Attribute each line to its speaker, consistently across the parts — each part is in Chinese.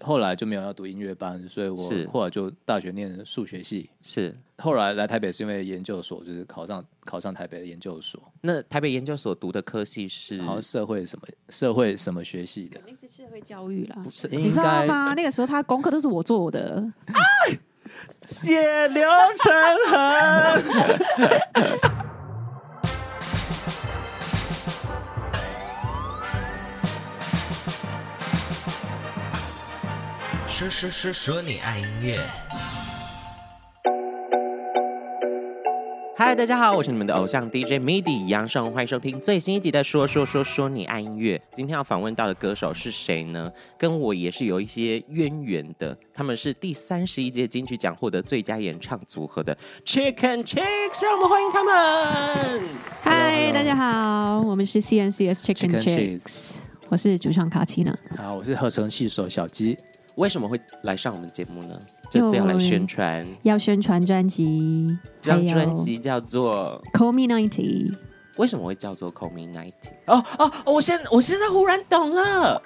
Speaker 1: 后来就没有要读音乐班，所以我
Speaker 2: 是
Speaker 1: 后来就大学念数学系。
Speaker 2: 是。
Speaker 1: 后来来台北是因为研究所，就是考上考上台北的研究所，
Speaker 2: 那台北研究所读的科系是
Speaker 1: 好像社会什么社会什么学系的
Speaker 3: 肯，定是社会教育啦。
Speaker 2: 是
Speaker 3: 你
Speaker 1: 应
Speaker 3: 知道
Speaker 1: 该
Speaker 3: 吗？那个时候他功课都是我做的，
Speaker 2: 血流成河。
Speaker 4: 说说说说你爱音乐，
Speaker 2: 嗨，大家好，我是你们的偶像 DJ MIDI 杨尚文，欢迎收听最新一集的《说说说说你爱音乐》。今天要访问到的歌手是谁呢？跟我也是有一些渊源的，他们是第三十一届金曲奖获得最佳演唱组合的 Chicken Chicks，让我们欢迎他们。
Speaker 3: 嗨，大家好，我们是 CNCS Chicken
Speaker 1: Chicken
Speaker 3: Chicks，我是主唱卡奇娜，
Speaker 1: 啊，我是合成器手小鸡，
Speaker 2: 为什么会来上我们节目呢？就是要来宣传
Speaker 3: 要宣传专辑，
Speaker 2: 这张专辑叫做
Speaker 3: 《Call Me Ninety》。
Speaker 2: 为什么会叫做 Call Me Nineteen？哦哦，我现我现在忽然懂了，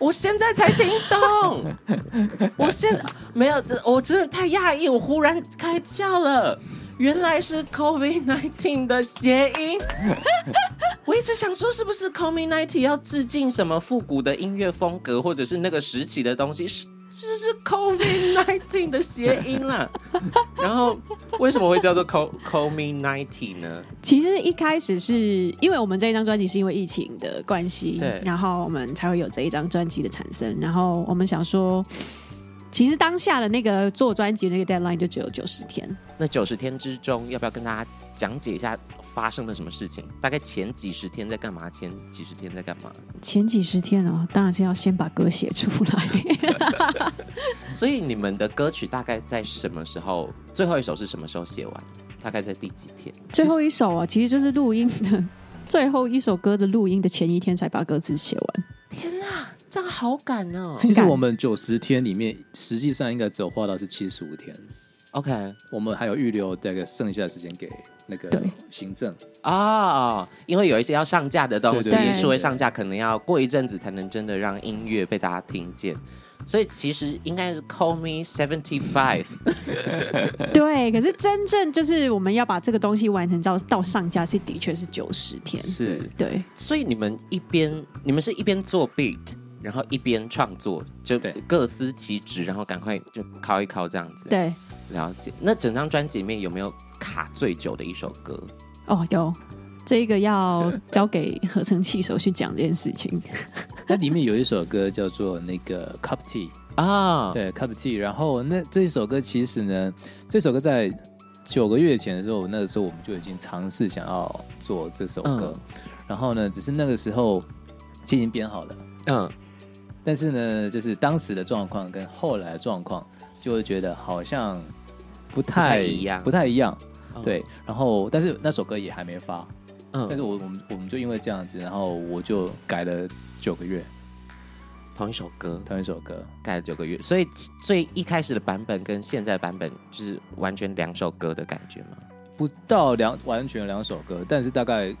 Speaker 2: 我现在才听懂，我现没有，这我真的太讶异，我忽然开窍了，原来是 COVID nineteen 的谐音。我一直想说，是不是 Call Me Nineteen 要致敬什么复古的音乐风格，或者是那个时期的东西？是是是 COVID nineteen 的谐音啦。然后为什么会叫做 Call Call Me Nineteen 呢？
Speaker 3: 其实一开始是因为我们这一张专辑是因为疫情的关系
Speaker 2: 对，
Speaker 3: 然后我们才会有这一张专辑的产生。然后我们想说，其实当下的那个做专辑的那个 deadline 就只有九十天，
Speaker 2: 那九十天之中，要不要跟大家讲解一下发生了什么事情？大概前几十天在干嘛？前几十天在干 嘛？
Speaker 3: 前几十天哦，当然是要先把歌写出来。
Speaker 2: 所以你们的歌曲大概在什么时候？最后一首是什么时候写完？大概在第几天？
Speaker 3: 最后一首啊，其实就是录音的最后一首歌的录音的前一天才把歌词写完。
Speaker 2: 天啊，这样好赶哦
Speaker 1: 其
Speaker 3: 很
Speaker 1: 实
Speaker 3: 赶
Speaker 1: 我们九十天里面，实际上应该只有画到是七十五天，
Speaker 2: ！OK
Speaker 1: 我们还有预留这个剩下的时间给那个
Speaker 3: 对
Speaker 1: 行政。
Speaker 2: 啊、因为有一些要上架的东西
Speaker 1: 对对
Speaker 3: 对，对
Speaker 2: 数位上架可能要过一阵子才能真的让音乐被大家听见。所以其实应该是 Call Me Seventy Five，
Speaker 3: 对，可是真正就是我们要把这个东西完成到到上架是的确是九十天。
Speaker 2: 是
Speaker 3: 对，
Speaker 2: 所以你们一边你们是一边做 beat，然后一边创作，就
Speaker 1: 对
Speaker 2: 各司其职，然后赶快就敲一敲这样子。，
Speaker 3: 对，
Speaker 2: 了解。那整张专辑里面有没有卡最久的一首歌？
Speaker 3: 哦，有这个要交给合成器手去讲这件事情。
Speaker 1: 那里面有一首歌叫做那个 Cup Tea，
Speaker 2: 啊、
Speaker 1: 对 Cup Tea。然后那这一首歌其实呢，这首歌在九个月前的时候，那个时候我们就已经尝试想要做这首歌，然后呢，只是那个时候其实已经编好了，
Speaker 2: 嗯，
Speaker 1: 但是呢，就是当时的状况跟后来的状况，就会觉得好像不太
Speaker 2: 不太一样
Speaker 1: 不太一样。
Speaker 2: 嗯，
Speaker 1: 对，然后但是那首歌也还没发，但
Speaker 2: 嗯，
Speaker 1: 是我我们我们就因为这样子，然后我就改了九个月
Speaker 2: 同一首歌
Speaker 1: 同一首歌。
Speaker 2: 改了九个月，所以最一开始的版本跟现在的版本就是完全两首歌的感觉吗？
Speaker 1: 不到两完全两首歌，但是大概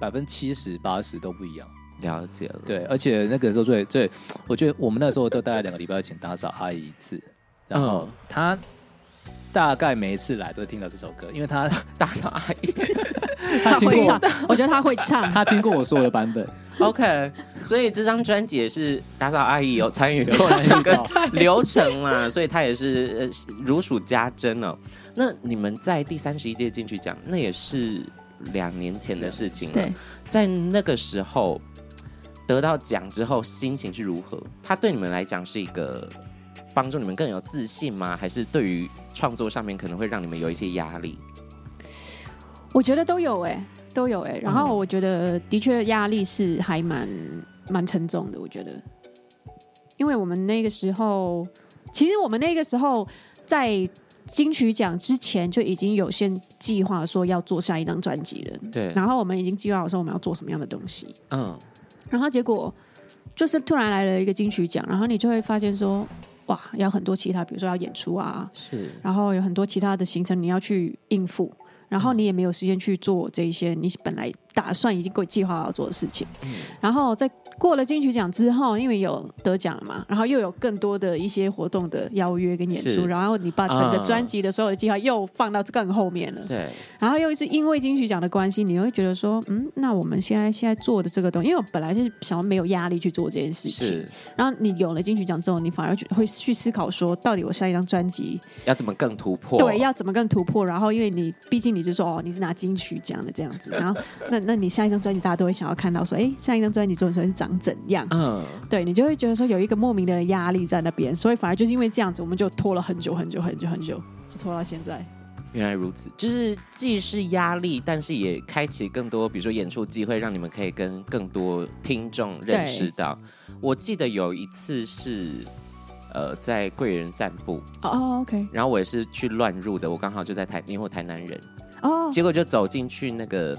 Speaker 1: 百分之七十八十都不一样。
Speaker 2: 了解了，
Speaker 1: 对，而且那个时候最最，我觉得我们那时候都大概两个礼拜请打扫阿姨一次，然后
Speaker 2: 嗯
Speaker 1: 她大概每一次来都听到这首歌，因为她
Speaker 2: 大嫂阿姨
Speaker 3: 他
Speaker 1: 听
Speaker 3: 会
Speaker 1: 过
Speaker 3: 唱，我觉得他会唱。
Speaker 1: 她听过我所有的版本，
Speaker 2: ，OK，所以这张专辑也是打扫阿姨有参与过这个 流程啦，所以它也是呃如数家珍哦。那你们在第三十一届进去讲，那也是两年前的事情了
Speaker 3: 对。，
Speaker 2: 在那个时候得到奖之后，心情是如何？它对你们来讲是一个帮助你们更有自信吗？还是对于创作上面可能会让你们有一些压力？
Speaker 3: 我觉得都有哎、都有哎、然后
Speaker 2: 嗯
Speaker 3: 我觉得的确压力是还蛮蛮沉重的，我觉得，因为我们那个时候，其实我们那个时候在金曲奖之前就已经有先计划说要做下一张专辑了，
Speaker 2: 对
Speaker 3: 然后我们已经计划好说我们要做什么样的东西，
Speaker 2: 嗯，
Speaker 3: 然后结果就是突然来了一个金曲奖，然后你就会发现说，哇，要很多其他，比如说要演出啊，
Speaker 2: 是
Speaker 3: 然后有很多其他的行程你要去应付，然后你也没有时间去做这一些你本来打算已经规计划要做的事情。
Speaker 2: 嗯
Speaker 3: 然后在过了金曲奖之后，因为有得奖了嘛，然后又有更多的一些活动的邀约跟演
Speaker 2: 是
Speaker 3: 出，然后你把整个
Speaker 2: 啊
Speaker 3: 专辑的所有的计划又放到更后面了。
Speaker 2: 对，
Speaker 3: 然后又一次因为金曲奖的关系，你会觉得说，嗯，那我们现在现在做的这个东西，因为我本来是想要没有压力去做这件事情
Speaker 2: 是，
Speaker 3: 然后你有了金曲奖之后，你反而去会去思考说，到底我下一张专辑
Speaker 2: 要怎么更突破？
Speaker 3: 对要怎么更突破？然后因为你毕竟你就说哦，你是拿金曲奖的这 样子，然后那那你下一张专辑大家都会想要看到说，哎，下一张专辑做成长怎 样？
Speaker 2: 嗯，
Speaker 3: 对你就会觉得说有一个莫名的压力在那边，所以反而就是因为这样子，我们就拖了很久很久很久很久，就拖到现在。
Speaker 2: 原来如此，就是既是压力，但是也开启更多，比如说演出机会，让你们可以跟更多听众认识到。我记得有一次是，呃，在贵人散步，
Speaker 3: 哦，OK，
Speaker 2: 然后我也是去乱入的，我刚好就在台，因为我台南人，
Speaker 3: 哦
Speaker 2: 结果就走进去那个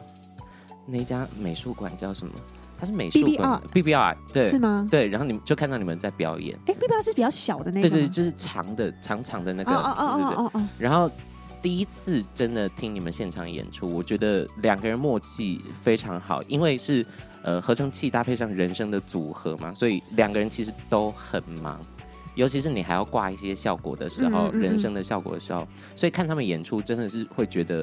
Speaker 2: 那一家美术馆叫什么？它是美术
Speaker 3: BBR
Speaker 2: 馆 B B R
Speaker 3: 是
Speaker 2: 对
Speaker 3: 吗？
Speaker 2: 对，然后你们就看到你们在表演，
Speaker 3: 哎，B 八是比较小的那个
Speaker 2: 对
Speaker 3: 吗，
Speaker 2: 对，就是长的长长的那个，
Speaker 3: 哦哦
Speaker 2: 对对对。
Speaker 3: 哦哦哦哦，
Speaker 2: 然后第一次真的听你们现场演出，我觉得两个人默契非常好，因为是呃合成器搭配上人声的组合嘛，所以两个人其实都很忙。尤其是你还要挂一些效果的时候，
Speaker 3: 嗯嗯嗯
Speaker 2: 人声的效果的时候，所以看他们演出真的是会觉得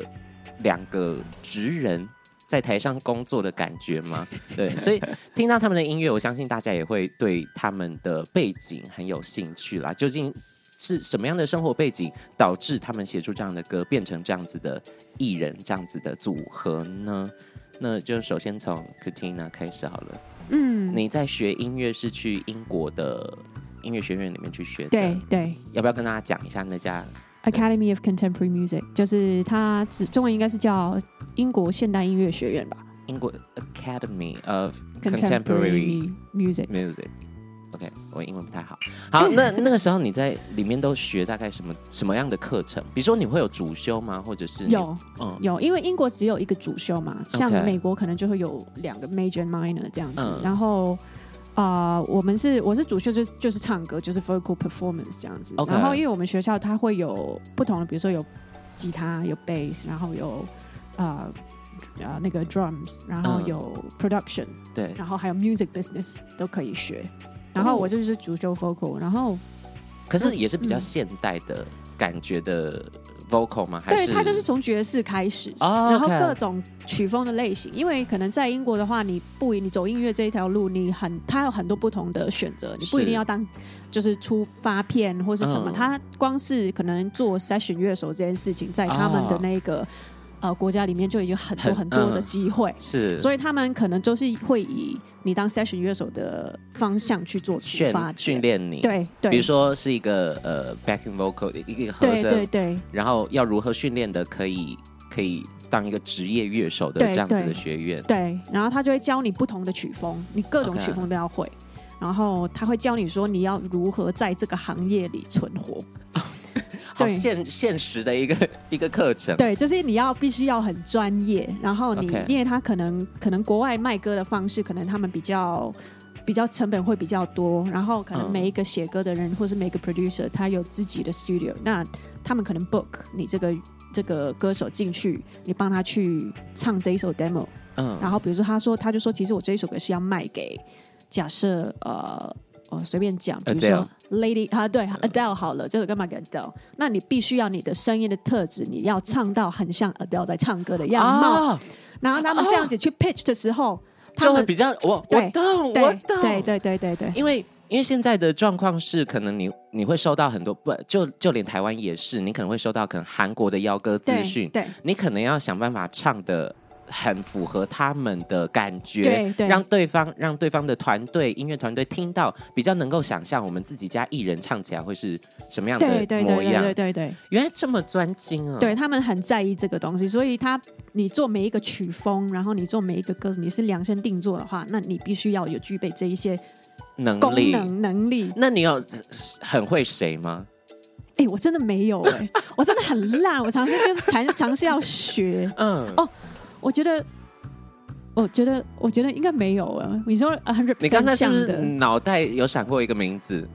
Speaker 2: 两个职人在台上工作的感觉 吗？对，所以听到他们的音乐，我相信大家也会对他们的背景很有兴趣啦。究竟是什么样的生活背景导致他们写出这样的歌，变成这样子的艺人，这样子的组合呢？那就首先从 Katina 开始好了。
Speaker 3: 嗯，
Speaker 2: 你在学音乐是去英国的音乐学院里面去学的，
Speaker 3: 对对
Speaker 2: 要不要跟大家讲一下那家？
Speaker 3: ，Academy of Contemporary Music，就是它指中文应该是叫英国现代音乐学院吧
Speaker 2: 英国 Academy of Contemporary
Speaker 3: ，Contemporary Music。
Speaker 2: Music。OK，我英文不太 好。好，那那个时候你在里面都学大概什么什么样的课程？比如说你会有主修吗？或者是你
Speaker 3: 有
Speaker 2: 嗯
Speaker 3: 有，因为英国只有一个主修嘛，像
Speaker 2: OK
Speaker 3: 美国可能就会有两个 major minor 这样子。
Speaker 2: 嗯
Speaker 3: 然后啊、呃我们是我是主修就就是唱歌，就是 vocal performance 这样子。
Speaker 2: OK
Speaker 3: 然后因为我们学校它会有不同的，比如说有吉他、有 bass，然后有啊呃那个 drums，然后
Speaker 2: 嗯
Speaker 3: 有 production，、
Speaker 2: 对
Speaker 3: 然后还有 music business 都可以学。然
Speaker 2: 哦
Speaker 3: 后我就是主修 vocal，然后
Speaker 2: 可是也是比较
Speaker 3: 嗯
Speaker 2: 现代的感觉的 vocal 吗？还
Speaker 3: 对
Speaker 2: 是
Speaker 3: 它就是从爵士开始，
Speaker 2: 哦，
Speaker 3: 然后
Speaker 2: OK
Speaker 3: 各种曲风的类型，因为可能在英国的话，你不一你走音乐这一条路，你很它有很多不同的选择，你不
Speaker 2: 是
Speaker 3: 一定要当就是出发片或是什么，
Speaker 2: 嗯
Speaker 3: 它光是可能做 session 乐手这件事情，在他们的
Speaker 2: 哦
Speaker 3: 那个、呃国家里面就已经很多
Speaker 2: 很
Speaker 3: 很多的
Speaker 2: 嗯
Speaker 3: 机会，
Speaker 2: 是
Speaker 3: 所以他们可能就是会以你当 session 乐手的方向去做出
Speaker 2: 训
Speaker 3: 发
Speaker 2: 训，练你，，
Speaker 3: 对对，
Speaker 2: 比如说是一个呃 backing vocal 一个和
Speaker 3: 对
Speaker 2: 声，
Speaker 3: 对对
Speaker 2: 然后要如何训练的可以可以当一个职业乐手的
Speaker 3: 对
Speaker 2: 这样子的
Speaker 3: 对
Speaker 2: 学院，
Speaker 3: 对，然后他就会教你不同的曲风，你各种
Speaker 2: OK
Speaker 3: 曲风都要会。然后他会教你说你要如何在这个行业里存活。
Speaker 2: 好
Speaker 3: 对
Speaker 2: 现现实的一个一个课程，
Speaker 3: 对，就是你要必须要很专业。然后你
Speaker 2: OK
Speaker 3: 因为他可能可能国外卖歌的方式，可能他们比较。比较成本会比较多，然后可
Speaker 2: 嗯
Speaker 3: 能每一个写歌的人、或是每个 producer 他有自己的 studio，那他们可能 book 你这个这个歌手进去，你帮他去唱这一首 demo，
Speaker 2: 嗯
Speaker 3: 然后比如说他说，他就说，其实我这一首歌是要卖给假设呃。我随便讲，比如说 Lady 啊，对 Adele 好了，这首歌卖给 Adele，那你必须要你的声音的特质，你要唱到很像 Adele 在唱歌的样貌，
Speaker 2: 啊，
Speaker 3: 然后他们这样子去 pitch 的时候，他
Speaker 2: 就会
Speaker 3: 们
Speaker 2: 比较我我
Speaker 3: 对
Speaker 2: 懂我
Speaker 3: 对
Speaker 2: 懂，
Speaker 3: 对对对对对，
Speaker 2: 因为因为现在的状况是，可能你你会收到很多不就就连台湾也是，你可能会收到可能韩国的邀歌资
Speaker 3: 对
Speaker 2: 讯，
Speaker 3: 对
Speaker 2: 你可能要想办法唱的很符合他们的感觉，
Speaker 3: 对对
Speaker 2: 让对方让对方的团队音乐团队听到，比较能够想象我们自己家艺人唱起来会是什么样的模
Speaker 3: 对对
Speaker 2: 样。嗯
Speaker 3: 对对对对对。
Speaker 2: 原来这么专精啊！
Speaker 3: 对他们很在意这个东西，所以他你做每一个曲风，然后你做每一个歌，你是量身定做的话，那你必须要有具备这一些
Speaker 2: 能
Speaker 3: 功
Speaker 2: 力。
Speaker 3: 能能力。
Speaker 2: 那你有很会谁吗？
Speaker 3: 哎、我真的没有哎、我真的很烂，我尝试就是尝尝试要学，
Speaker 2: 嗯，
Speaker 3: 我觉得，我觉得，我觉得应该没有啊。你说 hundred
Speaker 2: 你刚才
Speaker 3: percent
Speaker 2: 是嗯
Speaker 3: 像
Speaker 2: 不
Speaker 3: 的，
Speaker 2: 是脑袋有闪过一个名字？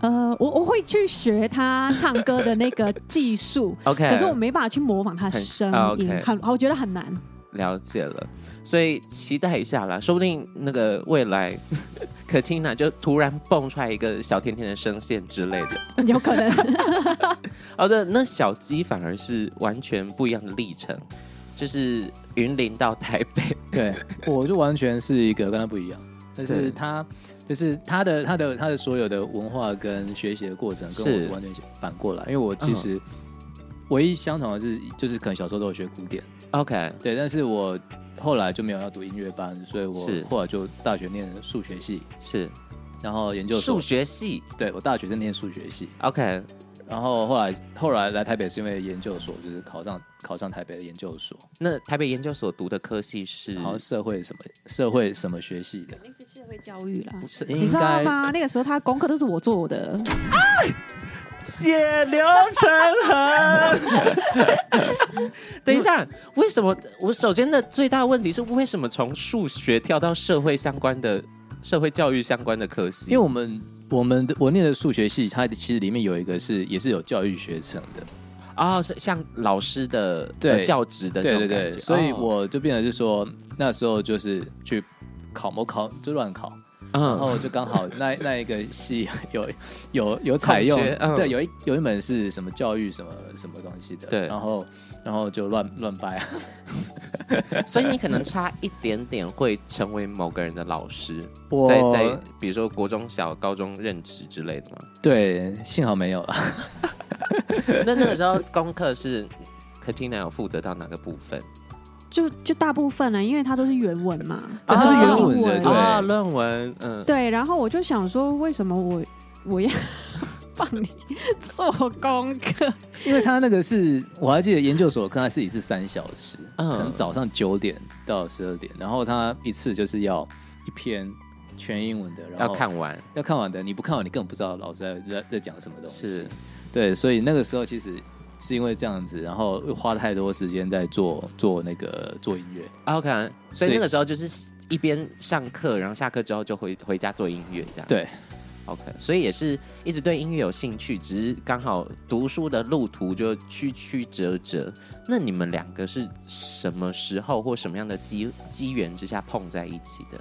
Speaker 3: 呃，我我会去学他唱歌的那个技术
Speaker 2: OK
Speaker 3: 可是我没办法去模仿他声音，
Speaker 2: 很
Speaker 3: 很
Speaker 2: OK
Speaker 3: 我觉得很难。
Speaker 2: 了解了，所以期待一下啦，说不定那个未来 Katina 就突然蹦出来一个小甜甜的声线之类的。
Speaker 3: 有可能
Speaker 2: 好的，哦那小鸡反而是完全不一样的历程，就是云林到台北，
Speaker 1: 对，我就完全是一个跟他不一样，但
Speaker 2: 对
Speaker 1: 是他就是他的他的他的所有的文化跟学习的过程跟
Speaker 2: 是
Speaker 1: 我完全反过来，因为我其
Speaker 2: 嗯
Speaker 1: 实唯一相同的是就是可能小时候都有学古典，
Speaker 2: OK，
Speaker 1: 对，但是我后来就没有要读音乐班，所以我
Speaker 2: 是
Speaker 1: 后来就大学念数学系，
Speaker 2: 是
Speaker 1: 然后研究所
Speaker 2: 数，学系
Speaker 1: 对我大学是念数学系，
Speaker 2: ，OK，
Speaker 1: 然后后来后来来台北是因为研究所，就是考上考上台北的研究所，
Speaker 2: 那台北研究所读的科系是
Speaker 1: 好像社会什么社会什么学系的
Speaker 3: 肯，定是社会教育啦。
Speaker 2: 是
Speaker 1: 应
Speaker 3: 你知道
Speaker 1: 该
Speaker 3: 吗？那个时候他功课都是我做的，
Speaker 2: 血流成河。 等一下，为什么我首先的最大问题是为什么从数学跳到社会相关的社会教育相关的科系？
Speaker 1: 因为我们我们的我念的数学系，它其实里面有一个是也是有教育学程的，
Speaker 2: 啊、是像老师的
Speaker 1: 对
Speaker 2: 呃教职的这
Speaker 1: 对
Speaker 2: 种
Speaker 1: 对
Speaker 2: 感
Speaker 1: 对，
Speaker 2: 觉
Speaker 1: 所以
Speaker 2: 哦
Speaker 1: 我就变成是说那时候就是去考模考就乱考，然
Speaker 2: 嗯
Speaker 1: 后就刚好那 那一个系有有有采用
Speaker 2: 空缺，嗯
Speaker 1: 对，有一有一门是什么教育什么什么东西的，
Speaker 2: 对
Speaker 1: 然后然后就乱乱掰啊，
Speaker 2: 所以你可能差一点点会成为某个人的老师，
Speaker 1: 我
Speaker 2: 在在比如说国中小、高中任职之类的嘛。
Speaker 1: 对，幸好没有了，
Speaker 2: 那那个时候功课是 Katina 有负责到哪个部分？
Speaker 3: 就就大部分呢，因为它都是原文嘛，
Speaker 1: 对
Speaker 2: 它是
Speaker 3: 都
Speaker 2: 原
Speaker 1: 文的
Speaker 3: 英
Speaker 1: 对
Speaker 2: 啊，论文，嗯，
Speaker 3: 对，然后我就想说，为什么我我要 帮 你做功课？
Speaker 1: 因为他那个是我还记得研究所课，他是一次三小时，
Speaker 2: 嗯
Speaker 1: 可能早上九点到十二点，然后他一次就是要一篇全英文的，然
Speaker 2: 要
Speaker 1: 后
Speaker 2: 看完。
Speaker 1: 要看完的，你不看完你根本不知道老师在在在讲什么东西，
Speaker 2: 是
Speaker 1: 对，所以那个时候其实是因为这样子，然后又花太多时间在做做那个做音乐，
Speaker 2: OK，所
Speaker 1: 所
Speaker 2: 以
Speaker 1: 以
Speaker 2: 那个时候就是一边上课，然后下课之后就回回家做音乐这样。
Speaker 1: 对
Speaker 2: ，OK，所以也是一直对音乐有兴趣，只是刚好读书的路途就曲曲折折。那你们两个是什么时候或什么样的机机缘之下碰在一起的？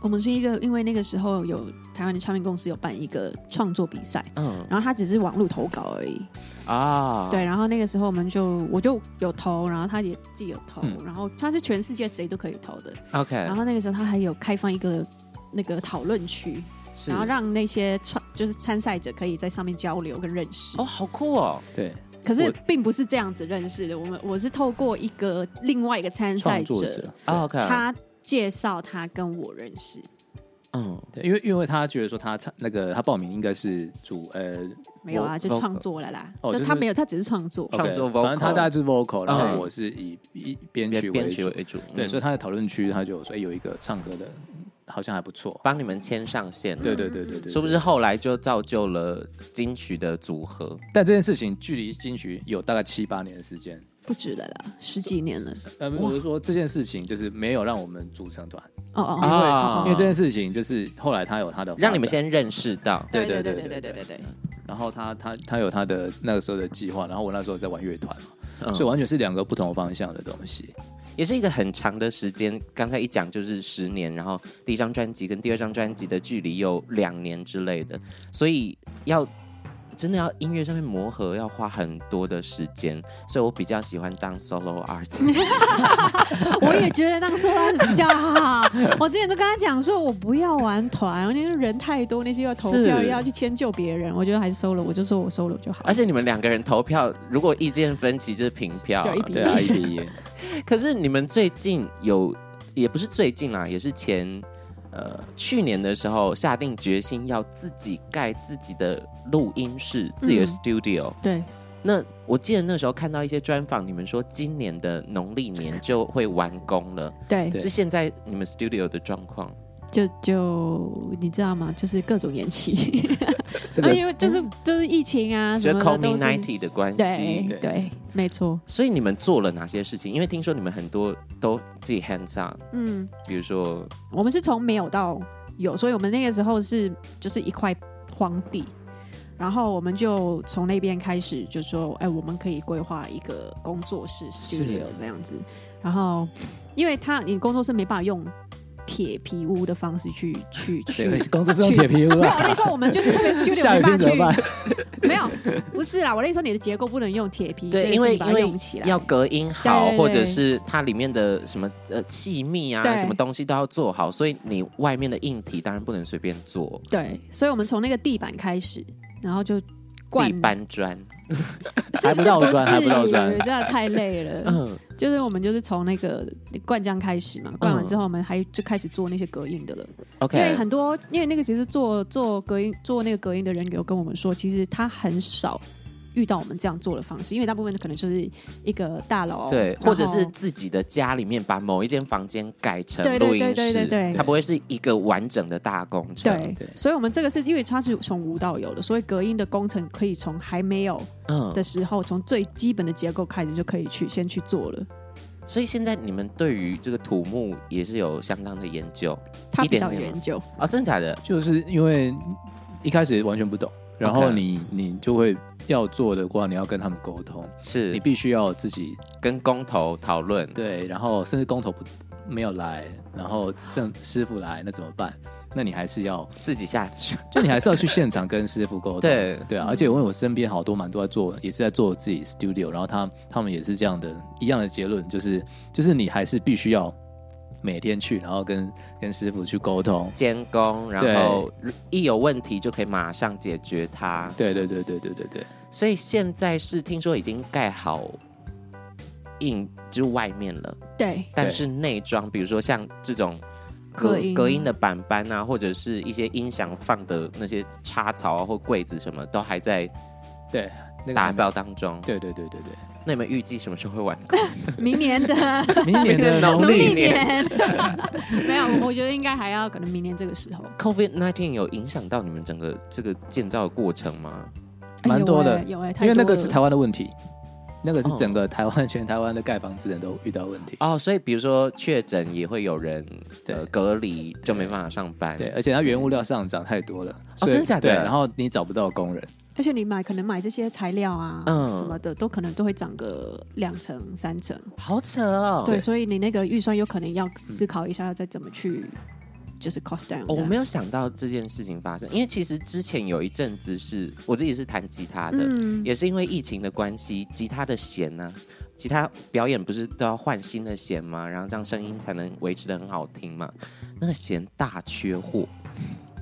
Speaker 3: 我们是一个，因为那个时候有台湾的唱片公司有办一个创作比赛，
Speaker 2: 嗯
Speaker 3: 然后他只是网络投稿而已。
Speaker 2: 啊，
Speaker 3: 对，然后那个时候我们就我就有投，然后他也自己有投，
Speaker 1: 嗯
Speaker 3: 然后他是全世界谁都可以投的。
Speaker 2: ，OK，
Speaker 3: 然后那个时候他还有开放一个那个讨论区，
Speaker 2: 是
Speaker 3: 然后让那些创就是参赛者可以在上面交流跟认识。
Speaker 2: 哦，好酷哦，
Speaker 1: 对，
Speaker 3: 可是
Speaker 1: 我
Speaker 3: 并不是这样子认识的，我们我是透过一个另外一个参赛
Speaker 1: 创作者，
Speaker 2: 啊 OK，
Speaker 3: 他介绍他跟我认识，
Speaker 2: 嗯
Speaker 1: 对，因为因为他觉得说他唱那个他报名应该是主呃
Speaker 3: 没有啊，
Speaker 1: 我
Speaker 3: 就
Speaker 1: 我
Speaker 3: 创作了啦，
Speaker 1: 哦就
Speaker 3: 就
Speaker 1: 是
Speaker 3: 他没有，他只是创作。
Speaker 2: 创作
Speaker 1: OK，反正他
Speaker 2: vocal
Speaker 1: 大概是 vocal，然
Speaker 2: 嗯
Speaker 1: 后我是以以编曲为
Speaker 2: 编曲
Speaker 1: 主，
Speaker 2: 为主，
Speaker 1: 对，
Speaker 2: 嗯
Speaker 1: 所以他在讨论区他就有说哎有一个唱歌的，好像还不错，
Speaker 2: 帮你们牵上线了，
Speaker 1: 对对对对对，
Speaker 2: 是不
Speaker 1: 对
Speaker 2: 是？后来就造就了金曲的组合？
Speaker 1: 但这件事情距离金曲有大概七八年的时间，
Speaker 3: 不止了啦，十几年了。
Speaker 1: 呃，我是说这件事情就是没有让我们组成团，
Speaker 3: 哦哦
Speaker 2: 啊
Speaker 3: 哦，
Speaker 1: 因为这件事情就是后来他有他的，
Speaker 2: 让你们。先认识到
Speaker 1: 对
Speaker 3: 对
Speaker 1: 对
Speaker 3: 对
Speaker 1: 对
Speaker 3: 对
Speaker 1: 对
Speaker 3: 对
Speaker 1: 对
Speaker 3: 对对。
Speaker 1: 然后他他他有他的那个时候的计划，然后我那时候在玩乐团嘛，
Speaker 2: 嗯
Speaker 1: 所以完全是两个不同方向的东西。
Speaker 2: 也是一个很长的时间。刚才一讲就是十年，然后第一张专辑跟第二张专辑的距离有两年之类的，所以要真的要音乐上面磨合，要花很多的时间。所以我比较喜欢当 solo artist。
Speaker 3: 我也觉得那个时候他比较好。我之前都跟他讲说，我不要玩团，因为人太多，那些又要投票，
Speaker 2: 是
Speaker 3: 又要去迁就别人，我觉得还是收了，我就说我收了就好了。
Speaker 2: 而且你们两个人投票，如果意见分歧就是平票
Speaker 3: 就一比
Speaker 1: 对啊，一比一，
Speaker 2: 可是你们最近有，也不是最近啦，也是前呃去年的时候下定决心要自己盖自己的录音室，自己的
Speaker 3: 嗯
Speaker 2: studio。
Speaker 3: 对，
Speaker 2: 那我记得那时候看到一些专访，你们说今年的农历 年就会完工了，
Speaker 3: 对
Speaker 1: 对
Speaker 2: 是现在你们 studio 的状况
Speaker 3: 就就你知道吗？就是各种延期，
Speaker 1: 这
Speaker 3: 啊
Speaker 2: 哎
Speaker 1: 个
Speaker 3: 因为就是就是疫情啊
Speaker 2: 嗯就
Speaker 3: 什
Speaker 2: 是
Speaker 3: 么
Speaker 2: COVID
Speaker 3: 的都是。
Speaker 2: ninety 的关系。
Speaker 3: 对
Speaker 1: 对
Speaker 3: 对，没错。
Speaker 2: 所以你们做了哪些事情？因为听说你们很多都自己 hands on，
Speaker 3: 嗯，
Speaker 2: 比如说
Speaker 3: 我们是从没有到有，所以我们那个时候是就是一块荒地，然后我们就从那边开始就说，哎，我们可以规划一个工作室 studio 这样子。然后，因为他你工作室没办法用铁皮屋的方式去 去
Speaker 1: 谁
Speaker 3: 去
Speaker 1: 会工作是用铁皮屋
Speaker 3: 没有，我
Speaker 1: 啊
Speaker 3: 跟你？说，我们就是特别 studio
Speaker 1: 下雨
Speaker 3: 没
Speaker 1: 天怎么办
Speaker 3: 办法？去， 没有，不是啦，我跟你说，你的结构不能用铁皮，这
Speaker 2: 对，
Speaker 3: 件
Speaker 2: 因
Speaker 3: 事
Speaker 2: 为
Speaker 3: 情把
Speaker 2: 因
Speaker 3: 它
Speaker 2: 为
Speaker 3: 用起来，
Speaker 2: 要隔音好，
Speaker 3: 对对
Speaker 2: 或者
Speaker 3: 对
Speaker 2: 是它里面的什么呃气密啊，
Speaker 3: 对
Speaker 2: 什么东西都要做好，所以你外面的硬体当然不能随便做，
Speaker 3: 对，所以我们从那个地板开始，然后就
Speaker 2: 自己
Speaker 3: 灌，
Speaker 2: 搬砖。
Speaker 3: 是
Speaker 1: 还不到
Speaker 3: 是
Speaker 1: 砖还不到
Speaker 3: 至于
Speaker 1: 砖
Speaker 3: 真的太累 了。
Speaker 2: 嗯，
Speaker 3: 就是我们就是从那个灌浆开始嘛，灌完
Speaker 1: 嗯
Speaker 3: 之后我们还就开始做那些隔音的了。因为
Speaker 2: OK，
Speaker 3: 很多，因为那个其实做做隔音做那个隔音的人有跟我们说，其实他很少遇到我们这样做的方式，因为大部分可能就是一个大楼，
Speaker 2: 对，
Speaker 3: 哦然后
Speaker 2: 或者是自己的家里面把某一间房间改成
Speaker 3: 对对
Speaker 2: 录音室，
Speaker 3: 对对对对
Speaker 2: 它不会是一个完整的大工程。
Speaker 3: 对
Speaker 1: 对，
Speaker 3: 所以我们这个是因为它是从无到有的，所以隔音的工程可以从还没有
Speaker 2: 嗯
Speaker 3: 的，时候，从最基本的结构开始就可以去先去做了。
Speaker 2: 所以现在你们对于这个土木也是有相当的研究
Speaker 3: 他
Speaker 2: 一
Speaker 3: 比
Speaker 2: 点
Speaker 3: 较有
Speaker 2: 点吗
Speaker 3: 研究，
Speaker 2: 啊、真的假的？
Speaker 1: 就是因为一开始完全不懂，然后
Speaker 2: OK
Speaker 1: 你你就会要做的话，你要跟他们沟通，你
Speaker 2: 是
Speaker 1: 必须要自己
Speaker 2: 跟工头讨论，
Speaker 1: 对，然后甚至工头不没有来，然后剩师傅来，那怎么办？那你还是要，
Speaker 2: 自己下去。
Speaker 1: 就你还是要去现场跟师傅沟通。
Speaker 2: 对嗯
Speaker 1: 对啊，而且因为我身边好多蛮多在做，也是在做自己 studio，然后他他们也是这样的一样的结论，就是就是你还是必须要每天去，然后跟跟师傅去沟通。
Speaker 2: 监工，然后一有问题就可以马上解决它。
Speaker 1: 对对对对对对对，
Speaker 2: 所以现在是听说已经盖好硬就是外面了，
Speaker 3: 对
Speaker 2: 但是内装，比如说像这种
Speaker 3: 隔
Speaker 2: 隔
Speaker 3: 音
Speaker 2: 隔音的板板啊，或者是一些音响放的那些插槽啊或柜子什么，都还在
Speaker 1: 对那个
Speaker 2: 打造当中。
Speaker 1: 对对对对 对，
Speaker 2: 那你们预计什么时候会完工？
Speaker 3: 明年的
Speaker 1: 明年 的
Speaker 2: 农
Speaker 3: 农
Speaker 2: 历
Speaker 3: 历
Speaker 2: 年
Speaker 3: 年 没有，我觉得应该还要可能明年这个时候，
Speaker 2: COVID nineteen 有影响到你们整个这个建造的过程吗？
Speaker 3: 哎
Speaker 1: 蛮
Speaker 3: 有
Speaker 1: 多
Speaker 3: 哎
Speaker 1: 的
Speaker 3: 有哎，太
Speaker 1: 因为那
Speaker 3: 多
Speaker 1: 个是
Speaker 3: 了
Speaker 1: 台湾的问题，那个是
Speaker 2: 哦
Speaker 1: 整个台湾全台湾的盖房子人都遇到问题。
Speaker 2: 哦，所以比如说确诊也会有人呃
Speaker 1: 对
Speaker 2: 隔离，就没办法上班。
Speaker 1: 对，而且它原物料上涨太多了，
Speaker 2: 哦
Speaker 1: 所以
Speaker 2: 真假的
Speaker 1: 对，然后你找不到工人，
Speaker 3: 而且你买可能买这些材料啊，
Speaker 2: 嗯
Speaker 3: 什么的都可能都会涨个两成三成，
Speaker 2: 好扯哦！
Speaker 3: 对，所以你那个预算有可能要思考一下，要再怎么去就是 cost down 这
Speaker 2: 哦
Speaker 3: 样。
Speaker 2: 我没有想到这件事情发生，因为其实之前有一阵子是我自己是弹吉他的，
Speaker 3: 嗯，
Speaker 2: 也是因为疫情的关系，吉他的弦呢、吉他表演不是都要换新的弦吗？然后这样声音才能维持的很好听嘛。那个弦大缺货，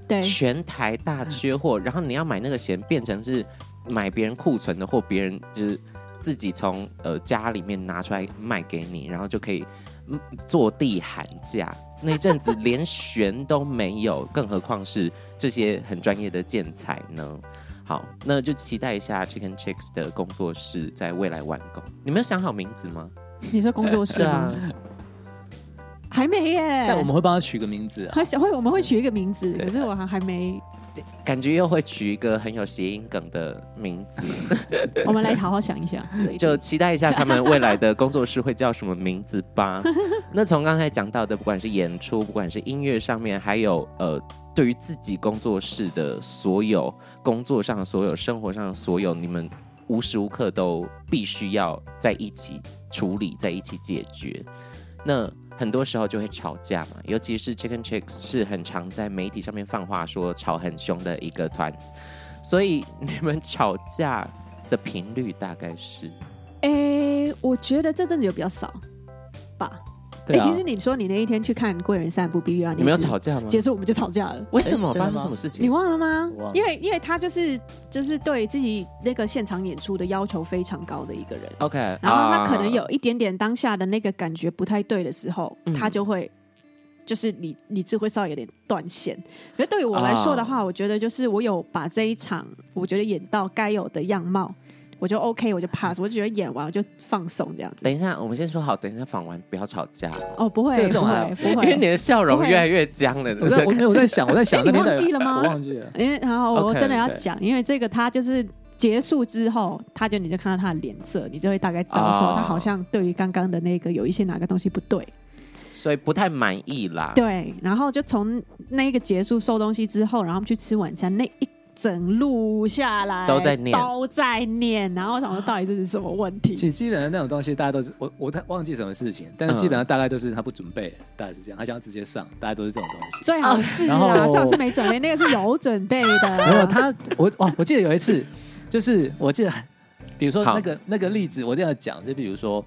Speaker 3: 对
Speaker 2: 全台大缺货，然后你要买那个弦，变成是买别人库存的，或别人就是自己从呃家里面拿出来卖给你，然后就可以嗯坐地喊价。那一阵子连弦都没有，更何况是这些很专业的建材呢？好，那就期待一下 Chicken Chicks 的工作室在未来完工。你们有想好名字吗？
Speaker 3: 你说工作 室
Speaker 2: 是啊
Speaker 3: 吗，还没耶，
Speaker 2: 哎
Speaker 1: 但我们会帮他取个名字啊。
Speaker 3: 还想会我们会取一个名字，
Speaker 1: 对
Speaker 3: 可是我还还没，
Speaker 2: 感觉又会取一个很有谐音梗的名字。
Speaker 3: 我们来好好想一下这一点。
Speaker 2: 就期待一下他们未来的工作室会叫什么名字吧。那从刚才讲到的，不管是演出，不管是音乐上面，还有呃，对于自己工作室的所有工作上的所有、生活上的所有，你们无时无刻都必须要在一起处理，在一起解决。那很多时候就会吵架嘛，尤其是 Chicken Chicks 是很常在媒体上面放话说吵很凶的一个团，所以你们吵架的频率大概是
Speaker 3: 诶，我觉得这阵子有比较少吧。
Speaker 1: 对
Speaker 3: 诶
Speaker 2: 哎
Speaker 1: 啊，
Speaker 3: 其实你说你那一天去看《贵人散步》必遇啊，
Speaker 2: 你们有
Speaker 3: 是
Speaker 2: 吵架吗？
Speaker 3: 结束我们就吵架了。
Speaker 2: 为什么
Speaker 1: 诶真的
Speaker 2: 发生
Speaker 1: 吗
Speaker 2: 什么事
Speaker 3: 你
Speaker 2: 情？
Speaker 3: 忘了吗
Speaker 1: 嗯我忘？了
Speaker 3: 因为因为他就是就是对自己那个现场演出的要求非常高的一个人，
Speaker 2: OK，
Speaker 3: 然后他可能
Speaker 2: 啊
Speaker 3: 有一点点当下的那个感觉不太对的时候，
Speaker 2: 嗯
Speaker 3: 他就会就是理理智会稍微有点断线。可是对于我来说的话，我觉得就是我有把这一场我觉得演到该有的样貌，我就 OK，我就
Speaker 2: 嗯
Speaker 3: pass，我就觉得演完我就放松这样子。
Speaker 2: 等一下，我们先说好，等一下访完不要吵架，
Speaker 3: 哦，不会，
Speaker 1: 这
Speaker 3: 不
Speaker 1: 种还
Speaker 3: 会，不
Speaker 2: 因为你
Speaker 3: 会。
Speaker 2: 的笑容
Speaker 3: 不会
Speaker 2: 越来越僵 了。
Speaker 1: 我在我没有我在想，我在想
Speaker 3: 诶
Speaker 1: 那
Speaker 3: 你
Speaker 1: 天的
Speaker 3: 忘记了吗
Speaker 1: 我哎忘记了。
Speaker 3: 因为然后我
Speaker 2: OK，
Speaker 3: 真的要
Speaker 2: OK
Speaker 3: 讲因为这个他就是结束之后，他就你就看到他的脸色，你就会大概知道说
Speaker 2: 哦
Speaker 3: 他好像对于刚刚的那个有一些哪个东西不对。
Speaker 2: 所以不太满意啦。
Speaker 3: 对，然后就从那一个结束收东西之后，然后我们去吃晚餐，那一整路下来
Speaker 2: 都在念
Speaker 3: 都在念，然后我想说到底这是什么问
Speaker 1: 其
Speaker 3: 题？
Speaker 1: 实基本上那种东西大家都是我我太忘记什么事情，但是基本上大概都是他不准备，大概是这样，他想要直接上，大家都是这种东 西。
Speaker 3: 最好是
Speaker 1: 然
Speaker 3: 啊，
Speaker 1: 后
Speaker 3: 最好是没准备，那个是有准备的。
Speaker 1: 没有他，我哦，我记得有一次，就是我记得，比如说
Speaker 2: 好
Speaker 1: 那个那个例子，我这样讲，就比如说，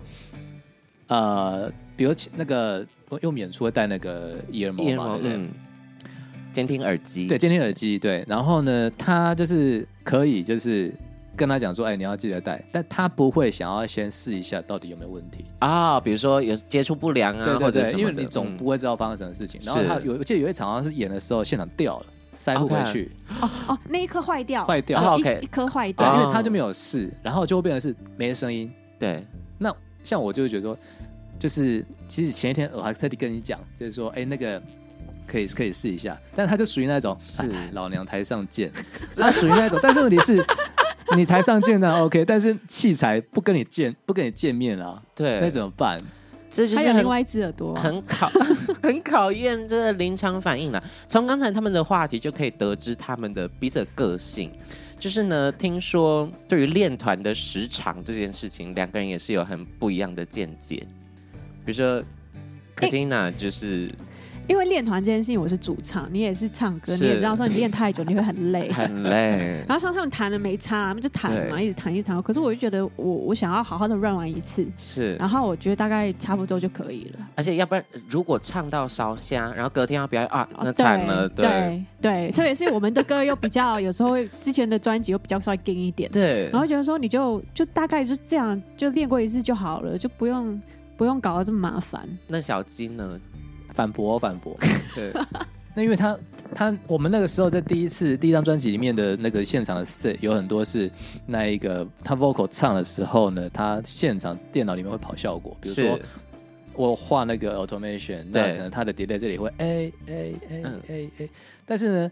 Speaker 1: 呃，比如那个我因为我们演出会戴那个 ear
Speaker 2: e
Speaker 1: mod 嘛，对
Speaker 2: 耳
Speaker 1: 不对？
Speaker 2: 嗯，监听耳机，
Speaker 1: 对，监听耳机，对。然后呢，他就是可以就是跟他讲说，哎，你要记得戴，但他不会想要先试一下到底有没有问题。
Speaker 2: 啊、比如说有接触不良啊，
Speaker 1: 对对
Speaker 2: 或者
Speaker 1: 对，
Speaker 2: 什么的嗯
Speaker 1: 因为你总不、会知道发生什么事情。然后
Speaker 2: 是
Speaker 1: 他有，我记得有一场好像是演的时候现场掉了，塞不回
Speaker 2: OK
Speaker 1: 去，
Speaker 3: 哦，那一颗坏掉，
Speaker 1: 坏掉啊
Speaker 3: 哦一
Speaker 2: OK
Speaker 3: 一颗坏
Speaker 1: 对，
Speaker 3: 掉
Speaker 2: 哦，
Speaker 1: 因为他就没有试，然后就会变成是没声音。
Speaker 2: 嗯对
Speaker 1: 那像我就会觉得说，就是其实前一天我还特地跟你讲，就是说，哎、那个可以可以试一下，但他就属于那种、啊
Speaker 2: 是
Speaker 1: 老娘台上 见，他属于那种，但是问题是。你台上见呢 OK，但是器材不跟你见，不跟你见面啊，
Speaker 2: 对，
Speaker 1: 那怎么办？
Speaker 2: 这就
Speaker 3: 还
Speaker 2: 是
Speaker 3: 有
Speaker 2: 很
Speaker 3: 另外一只耳朵，
Speaker 2: 很考 很考验这个临场反应啦。从刚才他们的话题就可以得知他们的彼此的个性。就是呢，听说对于练团的时长这件事情，两个人也是有很不一样的见解。比如说，可
Speaker 3: 哎
Speaker 2: 金娜就是
Speaker 3: 因为练团这件事情我是主唱，你也是唱歌，
Speaker 2: 是。
Speaker 3: 你也知道说你练太久你会很累，
Speaker 2: 很累
Speaker 3: 然后像他们弹了没差，他们就弹嘛，
Speaker 2: 对
Speaker 3: 一直弹一直弹。可是我就觉得我我想要好好的 run 完一次，
Speaker 2: 是
Speaker 3: 然后我觉得大概差不多就可以了。
Speaker 2: 而且要不然如果唱到烧香，然后隔天要表演啊，那惨了，对
Speaker 3: 哦对对，特别是我们的歌又比较， 有时候会之前的专辑又比较稍微硬一点，
Speaker 2: 对，哦
Speaker 3: 然后觉得说你就就大概就这样就练过一次就好了，就不用不用搞得这么麻烦。
Speaker 2: 那小鸡呢？
Speaker 1: 反驳，反驳。
Speaker 2: 对，
Speaker 1: 那因为他他我们那个时候在第一次第一张专辑里面的那个现场的 set 有很多是那一个他 vocal 唱的时候呢，他现场电脑里面会跑效果，比如说
Speaker 2: 是
Speaker 1: 我画那个 automation，那
Speaker 2: 对
Speaker 1: 可能它的 delay 这里会哎 a a a
Speaker 2: 嗯
Speaker 1: a a，但哎是呢，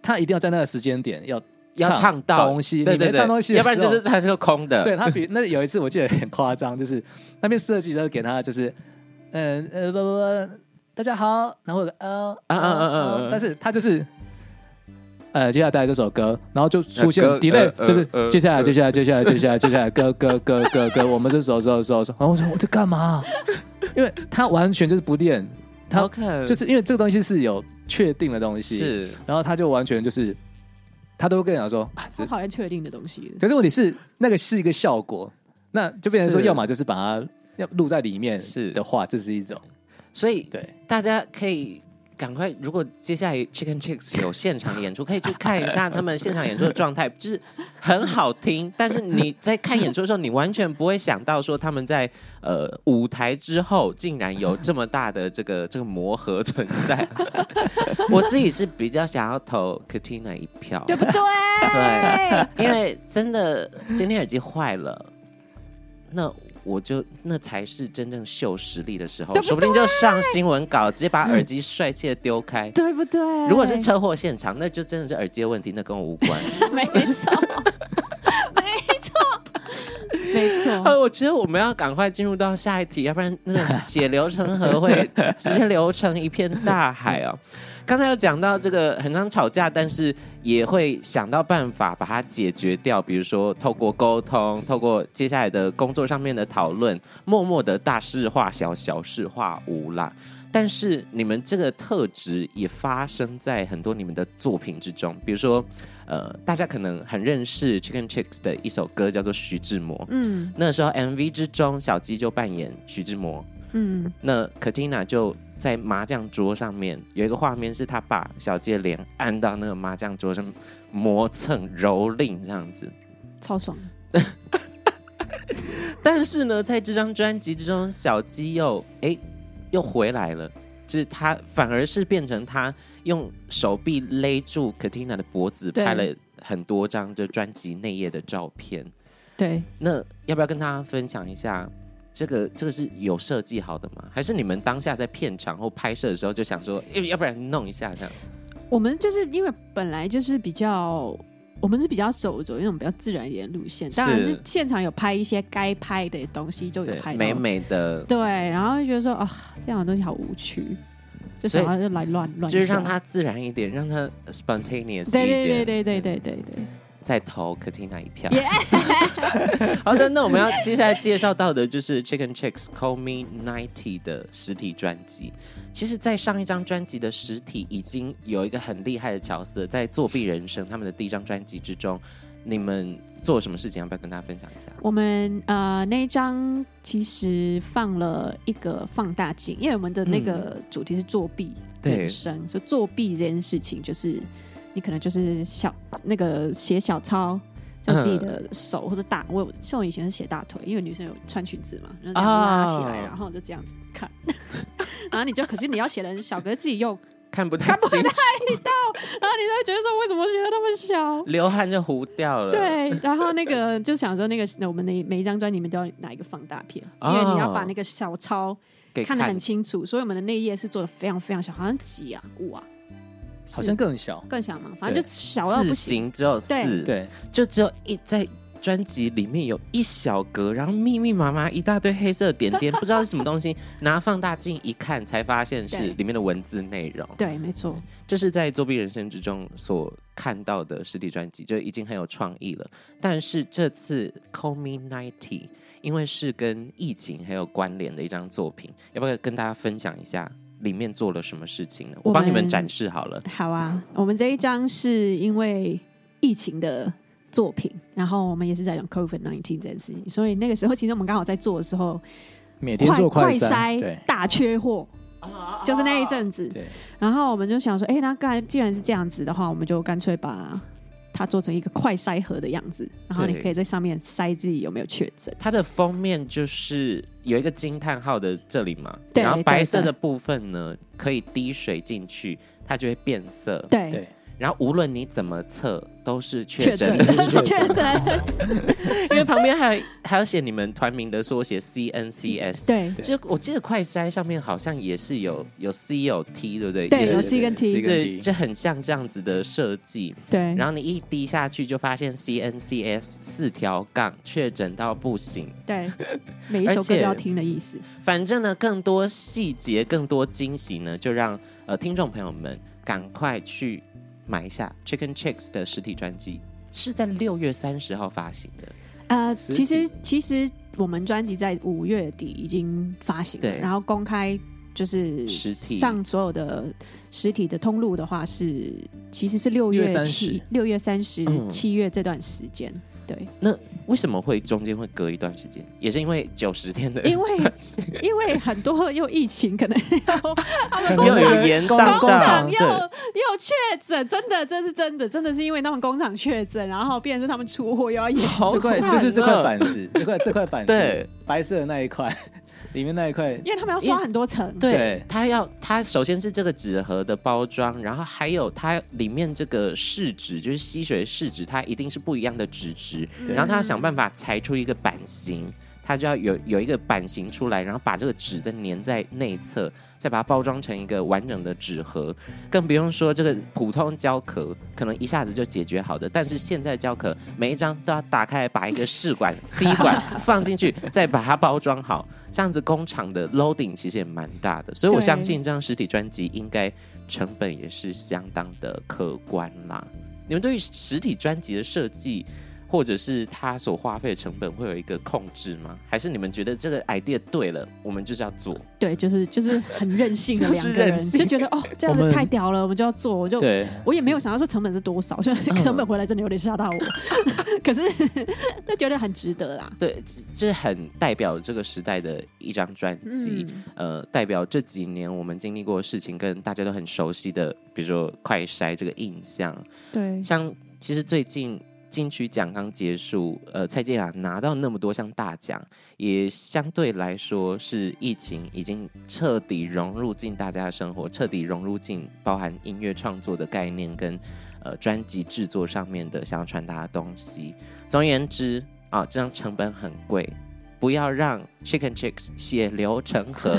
Speaker 1: 他一定要在那个时间点要
Speaker 2: 要唱到
Speaker 1: 东西，
Speaker 2: 对
Speaker 1: 你没
Speaker 2: 对
Speaker 1: 唱东西
Speaker 2: 对，
Speaker 1: 的
Speaker 2: 要
Speaker 1: 时
Speaker 2: 不
Speaker 1: 候，
Speaker 2: 然就是它是个空的，
Speaker 1: 对他比那有一次我记得很夸张，就是那边设计的时候给他就是，嗯呃不不不，大家好，然后有个呃啊
Speaker 2: 啊啊
Speaker 1: 啊
Speaker 2: 啊啊啊
Speaker 1: 啊，但是他就是。呃，接下来带来这首歌，然后就出现
Speaker 2: 呃歌
Speaker 1: delay，
Speaker 2: 呃
Speaker 1: 就是
Speaker 2: 呃
Speaker 1: 接下来，
Speaker 2: 呃
Speaker 1: 接下来，接下来，接下来，接下来，歌歌歌歌歌，我们这首首首首，然后我说我在干嘛？因为他完全就是不练，他
Speaker 2: OK，
Speaker 1: 就是因为这个东西是有确定的东西，
Speaker 2: 嗯是
Speaker 1: 然后他就完全就是，他都会跟你讲说啊，这
Speaker 3: 超讨厌确定的东西的。
Speaker 1: 可是问题是，那个是一个效果，那就变成说，
Speaker 2: 是
Speaker 1: 要么就是把它要录在里面
Speaker 2: 是
Speaker 1: 的话，这是一种
Speaker 2: 所以
Speaker 1: 对。
Speaker 2: 大家可以赶快，如果接下来 Chicken Chicks 有现场演出，可以去看一下他们现场演出的状态，就是很好听。但是你在看演出的时候，你完全不会想到说他们在呃舞台之后竟然有这么大的这个这个磨合存在。 我自己是比较想要投 Katina 一票，
Speaker 3: 对不对？
Speaker 2: 对，因为真的监听耳机坏了，那我就那才是真正秀实力的时候，
Speaker 3: 对不
Speaker 2: 说不定就上新闻稿，直接把耳机帅气的丢开。
Speaker 3: 对不对？
Speaker 2: 如果是车祸现场，那就真的是耳机的问题，那跟我无关。
Speaker 3: 没错， 没错， 没错。
Speaker 2: 呃，我觉得我们要赶快进入到下一题，要不然那个血流成河会直接流成一片大海哦。 刚才有讲到这个很常吵架，但是也会想到办法把它解决掉，比如说透过沟通，透过接下来的工作上面的讨论，默默的大事化小，小事化无啦。但是你们这个特质也发生在很多你们的作品之中，比如说，呃，大家可能很认识 Chicken Chicks 的一首歌叫做《徐志摩》，
Speaker 3: 嗯
Speaker 2: 那时候 MV 之中，小鸡就扮演徐志摩，
Speaker 3: 嗯，
Speaker 2: 那 Katina 就在麻将桌上面有一个画面，是她把小鸡的脸按到那个麻将桌上磨蹭蹂躏这样子。
Speaker 3: 超爽。
Speaker 2: 但是呢，在这张专辑之中，小鸡又哎、又回来了，就是他反而是变成他用手臂勒住 Katina 的脖子，
Speaker 3: 对
Speaker 2: 拍了很多张就专辑内页的照片。
Speaker 3: 对，
Speaker 2: 那要不要跟大家分享一下？这个这个是有设计好的吗？还是你们当下在片场或拍摄的时候就想说，要要不然弄一下这样？
Speaker 3: 我们就是因为本来就是比较。我们是比较走走那种比较自然一点的路线，当然
Speaker 2: 是
Speaker 3: 是现场有拍一些该拍的东西就有
Speaker 2: 对
Speaker 3: 拍，到
Speaker 2: 美美的，
Speaker 3: 对，然后就觉得说啊，这样的东西好无趣，就
Speaker 2: 所以
Speaker 3: 想要就来乱乱
Speaker 2: 就是让
Speaker 3: 下
Speaker 2: 它自然一点，让它 spontaneous 一点。
Speaker 3: 对对对对对对对
Speaker 2: 再投 Katina 一票。
Speaker 3: 对，耶！
Speaker 2: 好的，那我们要接下来介绍到的就是 Chicken Chicks Call Me Ninety 的实体专辑。其实，在上一张专辑的实体已经有一个很厉害的角色，在作弊人生他们的第一张专辑之中，你们做什么事情？要不要跟大家分享一下？
Speaker 3: 我们呃那一张其实放了一个放大镜，因为我们的那个主题是作弊
Speaker 2: 对
Speaker 3: 人生，所以作弊这件事情就是你可能就是小那个写小抄。在自己的手或者大，我有像我以前是写大腿，因为女生有穿裙子嘛，然后这样拉起来
Speaker 2: 哦
Speaker 3: 然后就这样子看， 然后你就可是你要写的很小，可是自己 又，
Speaker 2: 看不太
Speaker 3: 看不
Speaker 2: 清楚，
Speaker 3: 然后你就会觉得说为什么写的那么小？
Speaker 2: 流汗就糊掉了。，
Speaker 3: 对，然后那个就想说，那个那我们那每一张专辑里面都要拿一个放大片，因为你要
Speaker 1: 哦
Speaker 3: 把那个小抄
Speaker 2: 给
Speaker 3: 看得很
Speaker 2: 看
Speaker 3: 清楚，所以我们的内页是做的非常非常小，好像几啊五啊，
Speaker 1: 好
Speaker 3: 四
Speaker 1: 像更小。
Speaker 3: 更小嘛，反
Speaker 1: 对
Speaker 3: 正就小到不
Speaker 2: 字
Speaker 3: 行。
Speaker 2: 形只有四，
Speaker 3: 对，
Speaker 1: 对，
Speaker 2: 就只有一在专辑里面有一小格，然后密密麻麻一大堆黑色的点点，不知道是什么东西。拿放大镜一看，才发现是
Speaker 3: 对
Speaker 2: 里面的文字内容。
Speaker 3: 对，没错，
Speaker 2: 这是在作弊人生之中所看到的实体专辑，就已经很有创意了。但是这次《Call Me Ninety》，因为是跟疫情很有关联的一张作品，要不要跟大家分享一下里面做了什么事情呢？我
Speaker 3: 我
Speaker 2: 帮你们
Speaker 3: 们
Speaker 2: 展示好了。
Speaker 3: 好啊。我们这一张是因为疫情的作品，然后我们也是在讲 COVID nineteen 这件事情，所以那个时候其实我们刚好在做的时候，
Speaker 1: 每天做
Speaker 3: 快
Speaker 1: 筛，
Speaker 3: 筛
Speaker 1: 对哦
Speaker 3: 大缺货，就是那一阵子，
Speaker 1: 对，
Speaker 3: 然后我们就想说，哎，那刚才既然是这样子的话，我们就干脆把它做成一个快筛盒的样子，然后你
Speaker 2: 对
Speaker 3: 可以在上面筛自己有没有确诊。
Speaker 2: 它的封面就是有一个惊叹号的这里嘛，
Speaker 3: 对
Speaker 2: 然后白色
Speaker 3: 对
Speaker 2: 的
Speaker 3: 对
Speaker 2: 部分呢可以滴水进去，它就会变色，
Speaker 3: 对，
Speaker 1: 对
Speaker 2: 然后无论你怎么测都是 确
Speaker 3: 确
Speaker 2: 诊
Speaker 3: 诊
Speaker 2: 的，
Speaker 3: 是
Speaker 1: 确
Speaker 3: 确诊，
Speaker 2: 因为旁边还有还有写你们团名的缩写 CNCS。
Speaker 3: 对
Speaker 1: 对
Speaker 2: 就我记得快筛上面好像也是有有 C 有 T 对不对？
Speaker 3: 对
Speaker 2: 也是
Speaker 3: 有 C 跟 T
Speaker 2: 对，
Speaker 1: 对
Speaker 2: 就很像这样子的设计。
Speaker 3: 对
Speaker 2: 然后你一滴下去就发现 CNCS 四条杠确诊到不行，
Speaker 3: 对，每一首
Speaker 2: 而
Speaker 3: 歌
Speaker 2: 且
Speaker 3: 都要听的意思。
Speaker 2: 反正呢，更多细节、更多惊喜呢，就让呃听众朋友们赶快去买一下 Chicken Chicks 的实体专辑，是在六月三十号发行的。
Speaker 3: 呃，
Speaker 1: 实
Speaker 3: 其实其实我们专辑在五月底已经发行了，
Speaker 2: 对
Speaker 3: 然后公开就是
Speaker 2: 实体
Speaker 3: 上所有的实体的通路的话是其实是六月
Speaker 1: 6月
Speaker 3: 七
Speaker 1: 30、
Speaker 3: 六月三十、
Speaker 2: 嗯
Speaker 3: 七月这段时间。对，
Speaker 2: 为什么会中间会隔一段时间？也是因为九十天的，
Speaker 3: 因为因为很多又疫情，可能要他们
Speaker 1: 可能
Speaker 3: 工
Speaker 2: 又
Speaker 3: 厂
Speaker 2: 有延宕
Speaker 1: 工
Speaker 2: 到
Speaker 3: 工厂又
Speaker 2: 对。
Speaker 3: 又确诊，真的这是真的，真的是因为他们工厂确诊，然后变成是他们出货又要延。
Speaker 2: 好
Speaker 1: 这块
Speaker 2: 惨
Speaker 1: 就是这块
Speaker 2: 啊
Speaker 1: 板子，这块这块板子，
Speaker 2: 对，
Speaker 1: 白色的那一块， 里面那一块，
Speaker 3: 因为他们要刷很多层，
Speaker 2: 对
Speaker 1: 对，
Speaker 2: 它要它首先是这个纸盒的包装，然后还有它里面这个试纸，就是吸水试纸，它一定是不一样的纸质，
Speaker 3: 对
Speaker 2: 然后它要想办法裁出一个版型，它就要有有一个版型出来，然后把这个纸再粘在内侧，再把它包装成一个完整的纸盒，更不用说这个普通胶壳可能一下子就解决好的，但是现在胶壳每一张都要打开，把一个试管、滴 管放进去，再把它包装好。这样子工厂的 loading 其实也蛮大的，所以我
Speaker 3: 对
Speaker 2: 相信这张实体专辑应该成本也是相当的可观啦。你们对于实体专辑的设计，或者是它所花费的成本，会有一个控制吗？还是你们觉得这个 idea 对了，我们就是要做？
Speaker 3: 对，就是就是很任性的
Speaker 2: 就是
Speaker 3: 两个人，
Speaker 2: 任性
Speaker 3: 就觉得哦这样
Speaker 1: 我
Speaker 3: 子
Speaker 1: 们
Speaker 3: 太屌了，我们就要做，我就
Speaker 1: 对，
Speaker 3: 我也没有想到说成本是多少，所以 成本回来真的有点吓到我，
Speaker 2: 嗯
Speaker 3: 可是就觉得很值得啦。
Speaker 2: 对，这很代表这个时代的一张专辑。
Speaker 3: 嗯，
Speaker 2: 呃，代表这几年我们经历过的事情，跟大家都很熟悉的，比如说快筛这个印象，
Speaker 3: 对，
Speaker 2: 像其实最近金曲奖刚结束，呃，蔡健雅拿到那么多项大奖，也相对来说是疫情已经彻底融入进大家的生活，彻底融入进包含音乐创作的概念跟呃专辑制作上面的想要传达的东西。总而言之啊，这样成本很贵。 不要让 Chicken Chicks 血流成河，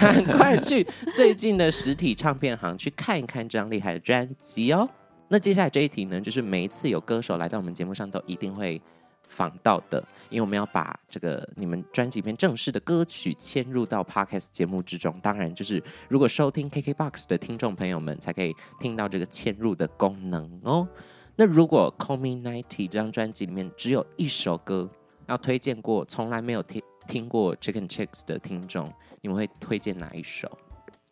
Speaker 2: 赶 快去最近的实体唱片行去看一看这张厉害的专辑哦。那接下来这一题呢，就是每一次有歌手来到我们节目上，都一定会访到的，因为我们要把这个你们专辑里面正式的歌曲嵌入到 podcast 节目之中。当然，就是如果收听 KKBOX 的听众朋友们才可以听到这个嵌入的功能哦。那如果《Call Me Ninety》这张专辑里面只有一首歌要推荐过，从来没有听听过 Chicken Chicks 的听众，你们会推荐哪一首？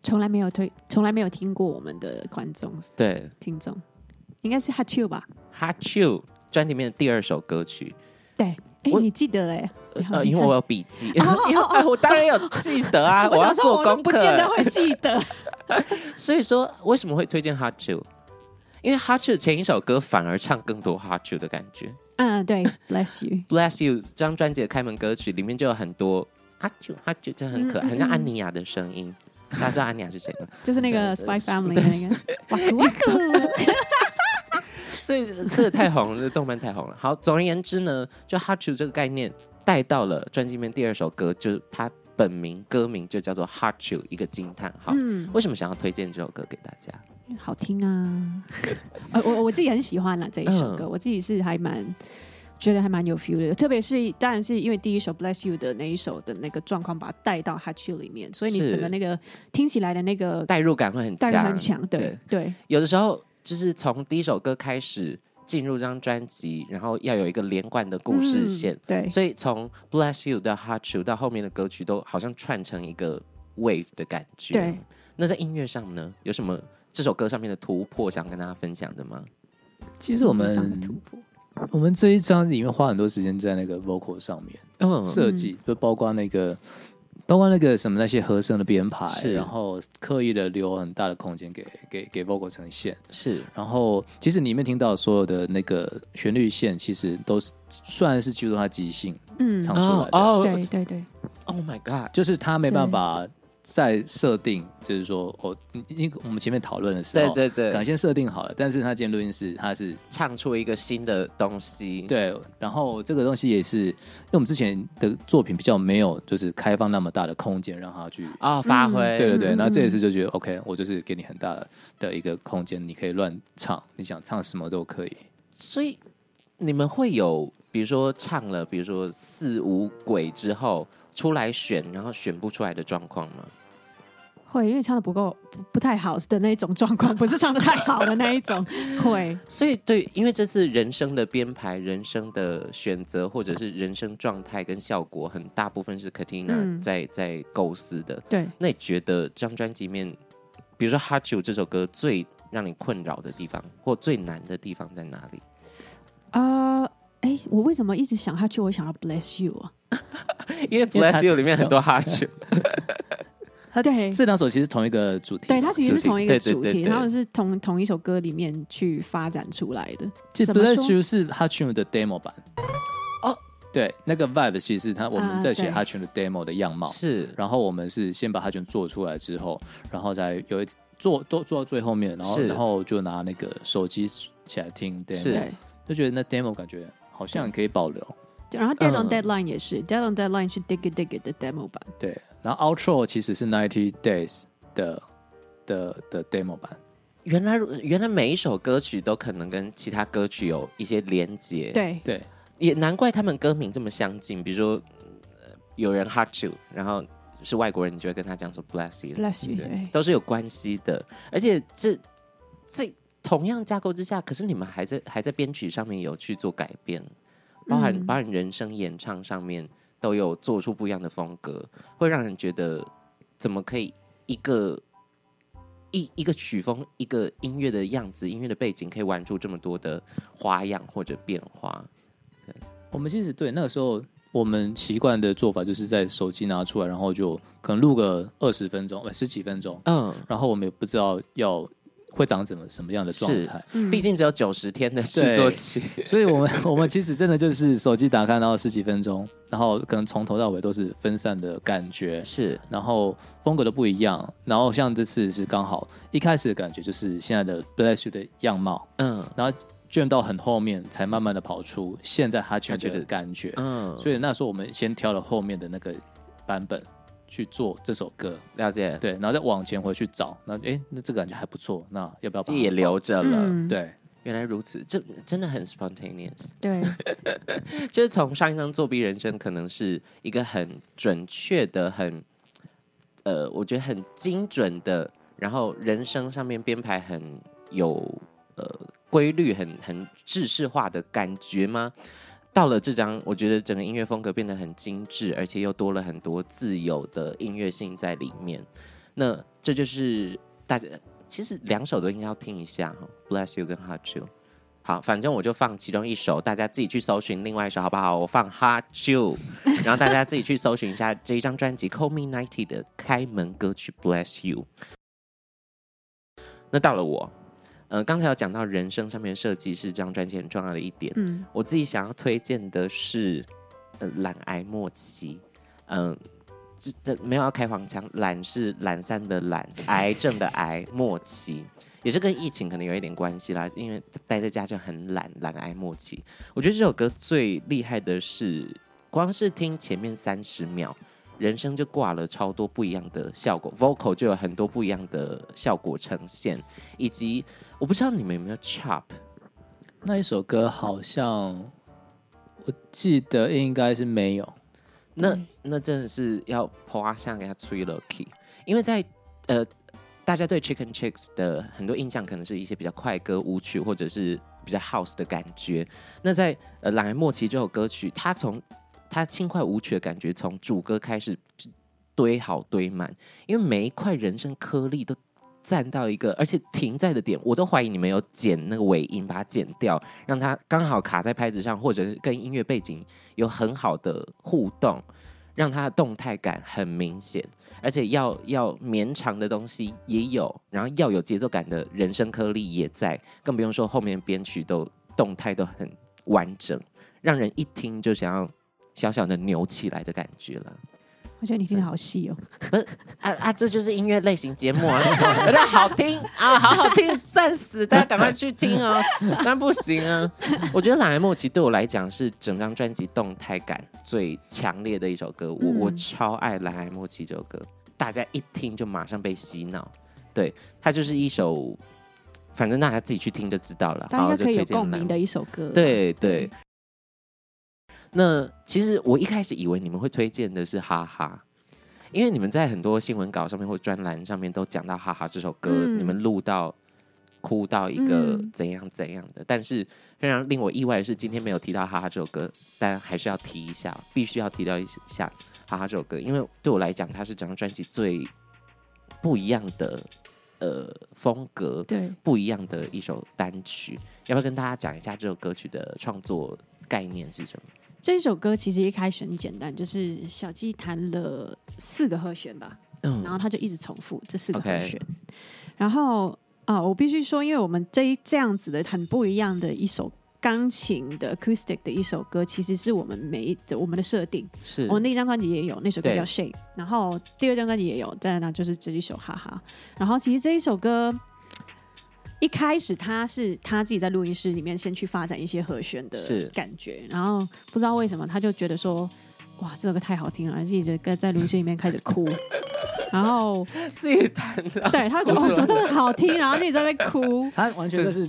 Speaker 3: 从来没有推，从来没有听过我们的观众
Speaker 2: 对
Speaker 3: 听众，应该是 h a t u 吧？
Speaker 2: ，Hot You 专辑里面的第二首歌曲，
Speaker 3: 对，哎，
Speaker 2: 我
Speaker 3: 你记得哎、你好
Speaker 2: 呃，
Speaker 3: 厉
Speaker 2: 因为
Speaker 3: 害
Speaker 2: 我有笔 记， 因为哎我当然有记得啊，
Speaker 3: 我
Speaker 2: 要
Speaker 3: 想说
Speaker 2: 做
Speaker 3: 我都
Speaker 2: 功
Speaker 3: 不见得
Speaker 2: 课。
Speaker 3: 会记 得，
Speaker 2: 所以说，为什么会推荐 Hot You？因为 Hot You 前一首歌反而唱更多 Hot You 的感觉。
Speaker 3: 嗯，对，Bless you，
Speaker 2: Bless You 这张专辑的开门歌曲里面就有很多啊啾啊啾，就很可爱，
Speaker 3: 嗯嗯
Speaker 2: 很像安妮亚的声音。大家知道安妮亚是谁吗？
Speaker 3: 就是那个
Speaker 2: 呃
Speaker 3: Spy
Speaker 2: 呃
Speaker 3: Family 的那个，哇酷哇酷，
Speaker 2: 所以这个太红了，这动漫太红了。好，总而言之呢，就哈啾这个概念带到了专辑里面第二首歌，就是它本名歌名就叫做哈啾，一个惊叹号。
Speaker 3: 嗯，
Speaker 2: 为什么想要推荐这首歌给大家？
Speaker 3: 好听啊， 呃，我我自己很喜欢啦这一首歌，
Speaker 2: 嗯
Speaker 3: 我自己是还蛮觉得还蛮有 feel 的，特别是当然是因为第一首 Bless You 的那一首的那个状况，把它带到 Hatch You 里面，所以你
Speaker 2: 是
Speaker 3: 整个那个听起来的那个
Speaker 2: 代入感会很
Speaker 3: 带
Speaker 2: 强，
Speaker 3: 入很强，对
Speaker 2: 对
Speaker 3: 对，
Speaker 2: 有的时候就是从第一首歌开始进入这张专辑，然后要有一个连贯的故事线，
Speaker 3: 嗯对，
Speaker 2: 所以从 Bless You 到 Hot You 到后面的歌曲，都好像串成一个 wave 的感觉。
Speaker 3: 对，
Speaker 2: 那在音乐上呢，有什么这首歌上面的突破想跟大家分享的吗？
Speaker 1: 其实我
Speaker 3: 非常的突
Speaker 1: 们
Speaker 3: 破，
Speaker 1: 我们这一张里面花很多时间在那个 vocal 上面
Speaker 2: 嗯
Speaker 1: 设计，就包括那个包括那个什么那些和声的编排，
Speaker 2: 是
Speaker 1: 然后刻意的留很大的空间给给给 vocal 呈现。
Speaker 2: 是
Speaker 1: 然后其实里面听到所有的那个旋律线，其实都是算是记录它即兴
Speaker 3: 嗯，
Speaker 1: 唱出来
Speaker 2: 哦
Speaker 1: 的，
Speaker 2: 哦
Speaker 3: 对对对，
Speaker 2: ，Oh my God，
Speaker 1: 就是他没办法再设定，就是说哦，因为我们前面讨论的时
Speaker 2: 对
Speaker 1: 候，
Speaker 2: 对
Speaker 1: 可能
Speaker 2: 对，
Speaker 1: 先设定好了，但是他今天录音室他是
Speaker 2: 唱出一个新的东西，，
Speaker 3: 嗯
Speaker 1: 对，然后这个东西也是，因为我们之前的作品比较没有就是开放那么大的空间让他去，
Speaker 2: 啊、发挥，
Speaker 1: 对对对，
Speaker 3: 嗯
Speaker 1: 那这一次就觉得 OK，我就是给你很大的一个空间，你可以乱唱，你想唱什么都可以。
Speaker 2: 所以你们会有，比如说唱了，比如说四五轨之后出来选，然后选不出来的状况吗？
Speaker 3: 会，因为唱的不够不不太好的那一种状况，不是唱的太好的那一 种，会，
Speaker 2: 所以对，因为这次人生的编排、人生的选择，或者是人生状态跟效果，很大部分是 Katina
Speaker 3: 嗯
Speaker 2: 在、在构思的。
Speaker 3: 对，
Speaker 2: 那你觉得这张专辑里面，比如说《哈啾》这首歌最让你困扰的地方，或最难的地方在哪里？
Speaker 3: 啊、哎，我为什么一直想下去？我想要 bless you 啊，
Speaker 2: 因为《
Speaker 1: 因为它
Speaker 2: Bless You》里面很多哈啾，
Speaker 3: 啊，对，
Speaker 1: 这两首其实同一个主题嘛，
Speaker 3: 对，它其实是同一个
Speaker 2: 对对
Speaker 3: 主
Speaker 2: 对
Speaker 3: 题，
Speaker 2: 对
Speaker 3: 他们是同同一首歌里面去发展出来的。
Speaker 1: 其实
Speaker 3: 怎么说
Speaker 1: Bless You 是 Hachim 的 demo 版。
Speaker 2: 哦，
Speaker 1: 对，那个 vibe 其实是他我们在写
Speaker 3: 啊
Speaker 1: Hachim 的 demo 的样貌，
Speaker 2: 是
Speaker 1: 然后我们是先把 Hachim 做出来之后，然后再有一做做做到最后面，然后
Speaker 2: 是
Speaker 1: 然后就拿那个手机起来听 demo，
Speaker 2: 是
Speaker 3: 对，
Speaker 1: 就觉得那 demo 感觉好像可以保留。
Speaker 3: 就然后 Dead
Speaker 2: 嗯
Speaker 3: on Deadline 也是、Dead on Deadline 是 Dig It Dig It 的 demo 版，
Speaker 1: 对，然后 outro 其实是 Ninety Days 的的的 demo 版，
Speaker 2: 原来原来每一首歌曲都可能跟其他歌曲有一些连接，，
Speaker 3: 对
Speaker 1: 对，
Speaker 2: 也难怪他们歌名这么相近。比如说，呃有人 hurt you，然后是外国人，你就会跟他讲说 bless you，
Speaker 3: ，bless you，
Speaker 1: 对
Speaker 3: 对，
Speaker 2: 都是有关系的。而且这这同样架构之下，可是你们还在还在编曲上面有去做改变，包含、
Speaker 3: 嗯
Speaker 2: 包含人声演唱上面都有做出不一样的风格，会让人觉得怎么可以一个一一个曲风、一个音乐的样子、音乐的背景，可以玩出这么多的花样或者变化。
Speaker 1: 我们其实对那个时候，我们习惯的做法就是在手机拿出来，然后就可能录个二十分钟，呃十几分钟，
Speaker 2: 嗯，
Speaker 1: 然后我们也不知道要会长怎么什么样的状态，
Speaker 3: 嗯
Speaker 2: 毕竟只有九十天的制作期，
Speaker 1: 所以我们我们其实真的就是手机打开，然后十几分钟，然后可能从头到尾都是分散的感觉，
Speaker 2: 是
Speaker 1: 然后风格都不一样，然后像这次是刚好一开始的感觉就是现在的 Bless You 的样貌，
Speaker 2: 嗯
Speaker 1: 卷到很后面才慢慢的跑出现在他全觉的感觉，
Speaker 2: 嗯，
Speaker 1: 所以那时候我们先挑了后面的那个版本去做这首歌，
Speaker 2: 了解，
Speaker 1: 对，然后再往前回去找，那诶，那这个感觉还不错，那要不要把
Speaker 2: 这
Speaker 1: 它
Speaker 2: 也留着了。
Speaker 3: 嗯，
Speaker 1: 对，
Speaker 2: 原来如此，这真的很 spontaneous。
Speaker 3: 对，
Speaker 2: 就是从上一张作弊人生，可能是一个很准确的、很呃，我觉得很精准的，然后人生上面编排很有呃规律、很很制式化的感觉吗？到了这张，我觉得整个音乐风格变得很精致，而且又多了很多自由的音乐性在里面。那这就是大家其实两首都应该要听一下哈，《Bless You》跟《Hurt You》。好，反正我就放其中一首，大家自己去搜寻另外一首好不好？我放《Hurt You》，然后大家自己去搜寻一下这一张专辑《Call Me Ninety》的开门歌曲《Bless You》。那到了我，呃，刚才有讲到人生上面设计是这张专辑很重要的一点。
Speaker 3: 嗯，
Speaker 2: 我自己想要推荐的是，呃，懒癌末期，嗯、这这没有要开黄腔，懒是懒散的懒，癌症的癌，末期也是跟疫情可能有一点关系啦，因为待在家就很懒，懒癌末期。我觉得这首歌最厉害的是，光是听前面三十秒。人声就挂了超多不一样的效果，vocal 就有很多不一样的效果呈现，以及我不知道你们有没有 chop，
Speaker 1: 那一首歌好像我记得应该是没有，
Speaker 2: 那
Speaker 3: 对
Speaker 2: 那真的是要啪下给他吹了 key，因为在呃，大家对 Chicken Chicks 的很多印象可能是一些比较快歌舞曲或者是比较 house 的感觉。那在呃《懒癌末期》这首歌曲，它从它轻快舞曲的感觉从主歌开始就堆好堆满，因为每一块人声颗粒都。站到一个，而且停在的点，我都怀疑你们有剪那个尾音，把它剪掉，让它刚好卡在拍子上，或者是跟音乐背景有很好的互动。让它的动态感很明显，而且要要绵长的东西也有，然后要有节奏感的人声颗粒也在，更不用说后面编曲都动态都很完整，让人一听就想要小小的扭起来的感觉了。
Speaker 3: 我觉得你听的好细哦。
Speaker 2: 啊啊，这就是音乐类型节目啊，觉得好听啊，好好听，赞死！大家赶快去听哦，但不行啊。我觉得《懒癌末期》对我来讲是整张专辑动态感最强烈的一首歌，我、
Speaker 3: 嗯
Speaker 2: 我超爱《懒癌末期》这首歌，大家一听就马上被洗脑。对，它就是一首，反正大家自己去听就知道了。
Speaker 3: 大家
Speaker 2: 好
Speaker 3: 应该可以有
Speaker 2: 就推荐
Speaker 3: 共
Speaker 2: 懒
Speaker 3: 鸣的一嗯首歌。，
Speaker 2: 对对。那其实我一开始以为你们会推荐的是《哈哈》，因为你们在很多新闻稿上面或专栏上面都讲到《哈哈》这首歌，
Speaker 3: 嗯
Speaker 2: 你们录到哭到一个
Speaker 3: 嗯
Speaker 2: 怎样怎样的。但是非常令我意外的是，今天没有提到《哈哈》这首歌，但还是要提一下，必须要提到一下《哈哈》这首歌，因为对我来讲，它是整张专辑最不一样的呃风格，
Speaker 3: 对，
Speaker 2: 不一样的一首单曲，要不要跟大家讲一下这首歌曲的创作概念是什么？
Speaker 3: 这首歌其实一开始很简单，就是小鸡弹了四个和弦吧，然后
Speaker 2: 嗯，
Speaker 3: 他就一直重复这四个和
Speaker 2: OK
Speaker 3: 弦。然后啊、我必须说，因为我们这一这样子的很不一样的一首钢琴的 acoustic 的一首歌，其实是我们每一我们的设定。
Speaker 2: 是
Speaker 3: 我
Speaker 1: 哦
Speaker 3: 们第一张专辑也哦有那首歌
Speaker 2: 对
Speaker 3: 叫《Shape》，然后第二张专辑也有，再来就是这一首《哈哈》。然后其实这一首歌一开始他是他自己在录音室里面先去发展一些和弦的
Speaker 2: 是
Speaker 3: 感觉，然后不知道为什么他就觉得说。哇，这首歌太好听了，自己在在录音室里面开始哭，然后
Speaker 2: 自己弹的，
Speaker 3: 对他就觉得哦，怎么这么好听，然后你在那边哭，
Speaker 1: 他完全就是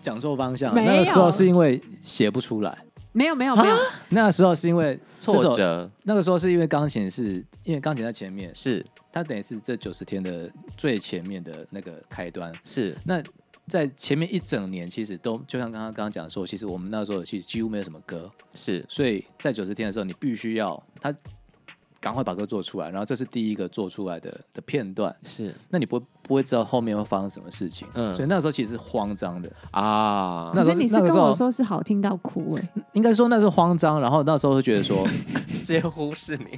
Speaker 1: 讲错方向。
Speaker 3: 没有
Speaker 1: 那个时候是因为写不出来，
Speaker 3: 没有没有没有，
Speaker 1: 那个时候是因为这首
Speaker 2: 挫，折
Speaker 1: 那个时候是因为钢琴是因为钢琴在前面，
Speaker 2: 是
Speaker 1: 它等于是这九十天的最前面的那个开端。
Speaker 2: 是
Speaker 1: 那在前面一整年，其实都就像刚刚刚刚讲说，其实我们那时候其实几乎没有什么歌，
Speaker 2: 是
Speaker 1: 所以在九十天的时候，你必须要他赶快把歌做出来，然后这是第一个做出来的的片段，
Speaker 2: 是
Speaker 1: 那你不会不会知道后面会发生什么事情，
Speaker 2: 嗯
Speaker 1: 所以那时候其实是慌张的，
Speaker 2: 啊，
Speaker 1: 那时
Speaker 3: 可是
Speaker 1: 候
Speaker 3: 你是
Speaker 1: 那个
Speaker 3: 跟
Speaker 1: 时候
Speaker 3: 我说是好听到哭哎、
Speaker 1: 应该说那时候慌张，然后那时候会觉得说，
Speaker 2: 直接忽视你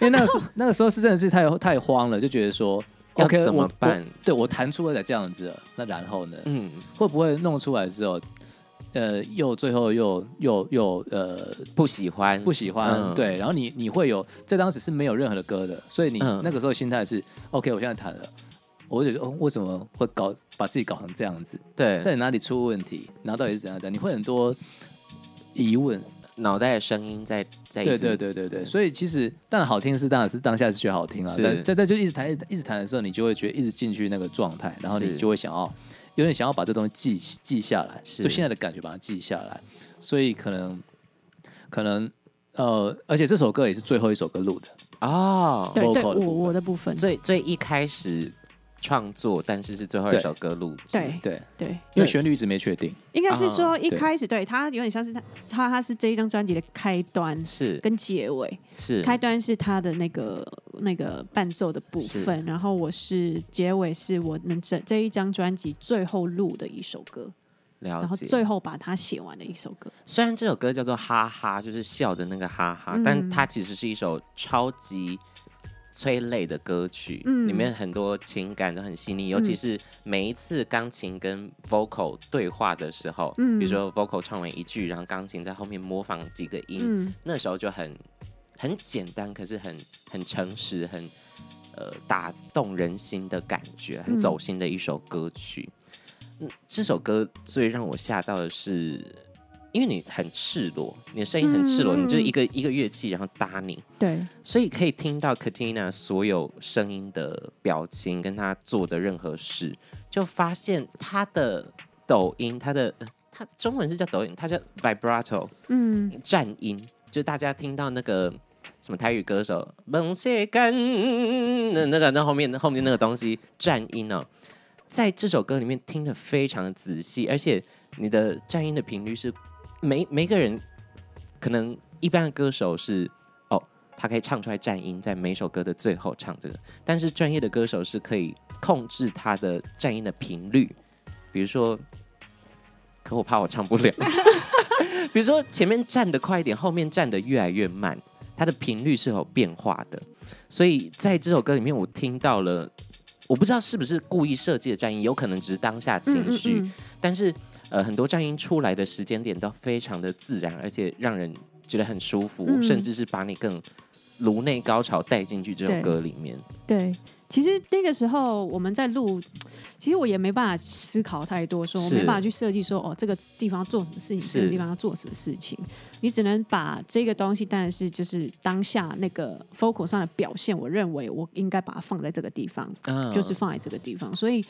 Speaker 1: 因为那个时候那个时候是真的是太太慌了，就觉得说
Speaker 2: 要
Speaker 1: ，OK
Speaker 2: 怎
Speaker 1: 我
Speaker 2: 么办
Speaker 1: 我对我弹出来才这样子了，那然后呢，
Speaker 2: 嗯，
Speaker 1: 会不会弄出来之后，呃，又最后又又又呃
Speaker 2: 不喜欢
Speaker 1: 不喜欢，
Speaker 2: 嗯
Speaker 1: 对，然后你你会有在当时是没有任何的歌的，所以你
Speaker 2: 嗯
Speaker 1: 那个时候心态是、OK，我现在弹了，我就觉得哦，为什么会搞把自己搞成这样子？到
Speaker 2: 对
Speaker 1: 底哪里出问题？然后到底是怎样怎样？你会很多疑问，
Speaker 2: 脑袋的声音在在
Speaker 1: 对
Speaker 2: 一直
Speaker 1: 对对对对，所以其实当然好听是当然是当下是觉得好听啊，
Speaker 2: 是
Speaker 1: 但但但就一直弹一直一直弹的时候，你就会觉得一直进去那个状态，然后
Speaker 2: 是
Speaker 1: 你就会想要有点想要把这东西记记下来，
Speaker 2: 是
Speaker 1: 就现在的感觉把它记下来，所以可能可能呃，而且这首歌也是最后一首歌录的，
Speaker 2: 哦，
Speaker 3: 对对，
Speaker 1: vocal 的
Speaker 3: 我
Speaker 1: 部分
Speaker 3: 我的部分，
Speaker 2: 最最一开始创作，但是是最后一
Speaker 1: 对
Speaker 2: 首歌录，是
Speaker 3: 对
Speaker 1: 对，
Speaker 3: 对，
Speaker 1: 因为旋律一直没确定，
Speaker 3: 应该是
Speaker 2: 嗯
Speaker 3: 说一
Speaker 1: 对
Speaker 3: 开始对它有点像是它它它是这一张专辑的开端
Speaker 2: 是
Speaker 3: 跟结尾，
Speaker 2: 是
Speaker 3: 开端是它的那个那个伴奏的部分，然后我是结尾是我们这这一张专辑最后录的一首歌，然
Speaker 2: 了
Speaker 3: 后
Speaker 2: 解。
Speaker 3: 最后把它写完的一首歌，
Speaker 2: 虽然这首歌叫做哈哈，就是笑的那个哈哈，
Speaker 3: 嗯
Speaker 2: 但它其实是一首超级催泪的歌曲，
Speaker 3: 嗯
Speaker 2: 里面很多情感都很细腻，尤其是每一次钢琴跟 vocal 对话的时候，
Speaker 3: 嗯
Speaker 2: 比如说 vocal 唱完一句，然后钢琴在后面模仿几个音，
Speaker 3: 嗯
Speaker 2: 那时候就很很简单，可是很很诚实，很呃打动人心的感觉，很
Speaker 3: 嗯
Speaker 2: 走心的一首歌曲。嗯，这首歌最让我吓到的是，因为你很赤裸，你的声音很赤裸，
Speaker 3: 嗯嗯
Speaker 2: 你就是一个一个乐器，然后搭你，
Speaker 3: 对，
Speaker 2: 所以可以听到 Katina 所有声音的表情，跟她做的任何事，就发现她的抖音，她的。呃她中文是叫抖音，它叫 vibrato，
Speaker 3: 嗯
Speaker 2: 战音，就大家听到那个什么台语歌手蒙谢干那那个那后面后面那个东西战音哦，在这首歌里面听得非常的仔细，而且你的战音的频率是每每个人可能一般的歌手是哦，他可以唱出来战音，在每首歌的最后唱这个，但是专业的歌手是可以控制他的战音的频率，比如说，可我怕我唱不了。 比如说前面站的快一点，后面站的越来越慢，它的频率是有变化的。所以在这首歌里面，我听到了，我不知道是不是故意设计的战音，有可能只是当下情绪，
Speaker 3: 嗯嗯嗯
Speaker 2: 但是呃，很多战音出来的时间点都非常的自然，而且让人觉得很舒服，
Speaker 3: 嗯
Speaker 2: 甚至是把你更颅内高潮带进去这首歌里面。
Speaker 3: 对，其实那个时候我们在录，其实我也没办法思考太多，说我
Speaker 2: 是
Speaker 3: 没办法去设计说哦，这个地方要做什么事情，这
Speaker 2: 是
Speaker 3: 个地方要做什么事情，你只能把这个东西，当然是就是当下那个 focal 上的表现，我认为我应该把它放在这个地方，
Speaker 2: 嗯
Speaker 3: 就是放在这个地方，所以。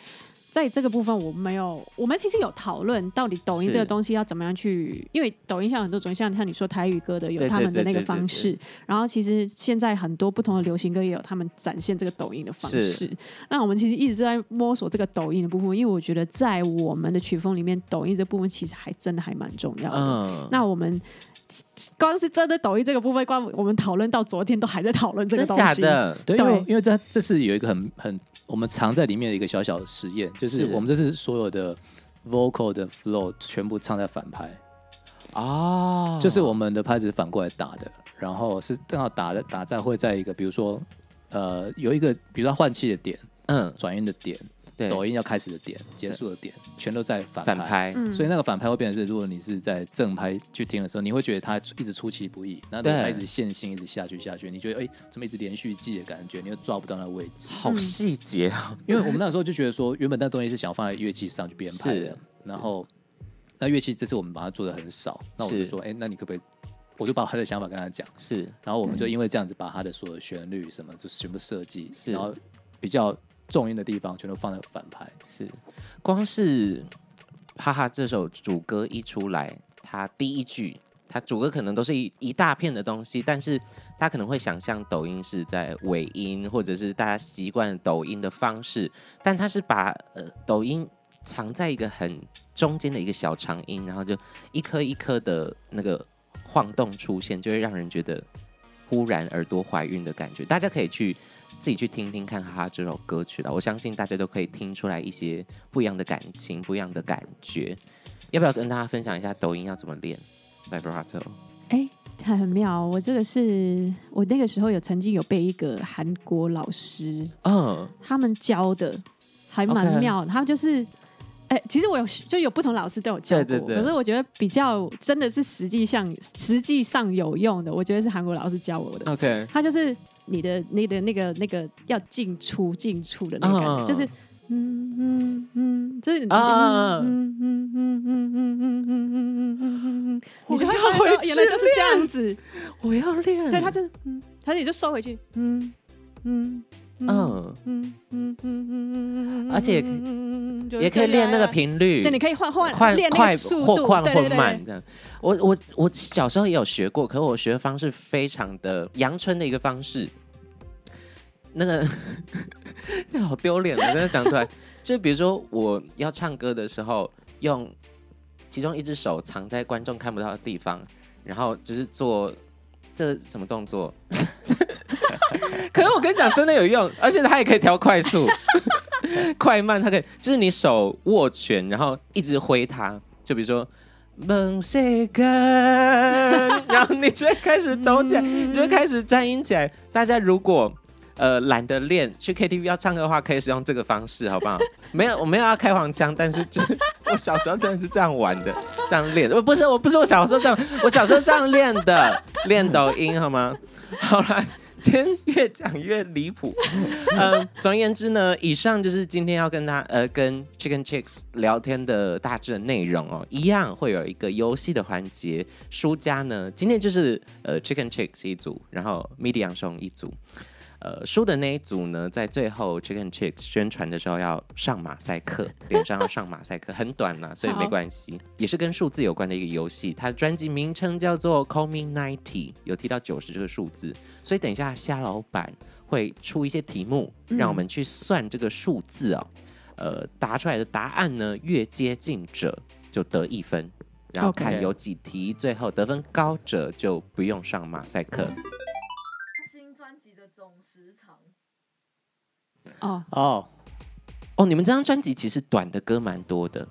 Speaker 3: 在这个部分，我没有，我们其实有讨论到底抖音
Speaker 2: 是
Speaker 3: 这个东西要怎么样去，因为抖音像很多种，像像你说台语歌的有
Speaker 2: 对
Speaker 3: 他们
Speaker 2: 对
Speaker 3: 的那个
Speaker 2: 对对
Speaker 3: 方
Speaker 2: 对
Speaker 3: 式，然后其实现在很多不同的流行歌也有他们展现这个抖音的方式
Speaker 2: 是。
Speaker 3: 那我们其实一直在摸索这个抖音的部分，因为我觉得在我们的曲风里面，抖音这部分其实还真的还蛮重要的。
Speaker 2: 嗯
Speaker 3: 那我们光是针对抖音这个部分，光我们讨论到昨天都还在讨论这个
Speaker 2: 真
Speaker 3: 东
Speaker 2: 假
Speaker 3: 西。
Speaker 2: 的
Speaker 1: 对，因
Speaker 3: 对
Speaker 1: 为因为这这次有一个很很我们藏在里面的一个小小的实验，就是
Speaker 2: 是
Speaker 1: 我们这次所有的 vocal 的 flow 全部唱在反拍，
Speaker 2: 哦，
Speaker 1: 就是我们的拍子是反过来打的，然后是正好打的打在会在一个比如说呃有一个比如说它换气的点、
Speaker 2: 嗯
Speaker 1: 转运的点、
Speaker 2: 对
Speaker 1: 抖音要开始的点、结束的点，全都在反拍。
Speaker 2: 反拍
Speaker 3: 嗯，
Speaker 1: 所以那个反拍会变成是，如果你是在正拍去听的时候，你会觉得它一直出其不意，那如果
Speaker 2: 对
Speaker 1: 它一直线性一直下去下去，你觉得哎、怎么一直连续记的感觉，你又抓不到那个位置。
Speaker 2: 好
Speaker 3: 嗯
Speaker 2: 细节啊，
Speaker 1: 因为我们那时候就觉得说，原本那东西是想要放在乐器上去编排
Speaker 2: 是
Speaker 1: 的，然后那乐器这次我们把它做的很少，那我就是说，哎、那你可不可以？我就把他的想法跟他讲，
Speaker 2: 是
Speaker 1: 然后我们就
Speaker 3: 对
Speaker 1: 因为这样子把他的所有的旋律什么就全部设计，
Speaker 2: 是
Speaker 1: 然后比较重音的地方全都放在反拍，
Speaker 2: 是，光是哈哈这首主歌一出来，它第一句，它主歌可能都是一一大片的东西，但是他可能会想象抖音是在尾音，或者是大家习惯抖音的方式，但他是把呃抖音藏在一个很中间的一个小长音，然后就一颗一颗的那个晃动出现，就会让人觉得忽然耳朵怀孕的感觉。大家可以去自己去听听看《哈哈》这首歌曲了，我相信大家都可以听出来一些不一样的感情、不一样的感觉。要不要跟大家分享一下抖音要怎么练 vibrato？
Speaker 3: 哎、它很妙哦。我这个是我那个时候有曾经有被一个韩国老师
Speaker 2: 嗯，
Speaker 3: 他们教的还蛮
Speaker 2: OK
Speaker 3: 妙的他们就是。哎、其实我有就有不同老师都有教过，
Speaker 2: 对对对
Speaker 3: 可是我觉得比较真的是实际上实际上有用的，我觉得是韩国老师教我的。
Speaker 2: OK，
Speaker 3: 他就是你的、你的那个、那个要进出、进出的那个感觉，
Speaker 2: 嗯
Speaker 3: 就是嗯嗯嗯，就是你
Speaker 2: 啊
Speaker 3: 嗯嗯嗯嗯嗯嗯嗯嗯嗯嗯嗯嗯，你就会
Speaker 2: 我要
Speaker 3: 发现
Speaker 2: 回
Speaker 3: 说
Speaker 2: 去
Speaker 3: 原来就是这样子，
Speaker 2: 我要练
Speaker 3: 对，他就嗯，他也就收回去，嗯嗯
Speaker 2: 嗯，
Speaker 3: 嗯嗯嗯嗯嗯嗯，
Speaker 2: 而且也可以
Speaker 3: 以
Speaker 2: 也可以练那个，频率，
Speaker 3: 对，你可以换换
Speaker 2: 快
Speaker 3: 练那
Speaker 2: 快
Speaker 3: 个速
Speaker 2: 或
Speaker 3: 度，
Speaker 2: 快
Speaker 3: 对
Speaker 2: 或
Speaker 3: 对对
Speaker 2: 慢，这样。我我我小时候也有学过，可我学的方式非常的阳春的一个方式。那个 那好丢脸，我哦真的讲出来。就比如说我要唱歌的时候，用其中一只手藏在观众看不到的地方，然后就是做这什么动作。 可是我跟你讲，真的有用，而且它也可以调快速。 快慢，它可以就是你手握拳，然后一直挥它，就比如说梦谁根，然后你就会开始抖起来，你就会开始颤音起来。大家如果呃懒得练，去 KTV 要唱歌的话，可以使用这个方式，好不好？没有，我没有要开黄腔，但是就是我小时候真的是这样玩的，这样练的。呃不是，我不是我小时候这样，我小时候这样练的，练抖音好吗？好啦。 今天越讲越离谱，呃，总而言之呢，以上就是今天要跟他呃跟 Chicken Chicks 聊天的大致的内容哦。一样会有一个游戏的环节，输家呢今天就是呃 Chicken Chicks 一组，然后 MIDI 杨松一组。呃，输的那一组呢，在最后 Chicken Chicks 宣传的时候要上马赛克，脸上要上马赛克，很短啦，所以没
Speaker 3: 好
Speaker 2: 关系，也是跟数字有关的一个游戏。它专辑名称叫做《Call Me Ninety》，有提到九十这个数字，所以等一下虾老板会出一些题目，
Speaker 3: 嗯
Speaker 2: 让我们去算这个数字哦。呃，答出来的答案呢，越接近者就得一分，然后
Speaker 3: OK
Speaker 2: 看有几题最后得分高者就不用上马赛克。
Speaker 5: 新专辑的总时长，
Speaker 3: 哦，
Speaker 1: 哦，
Speaker 2: 哦，你们这张专辑其实短的歌蛮多的，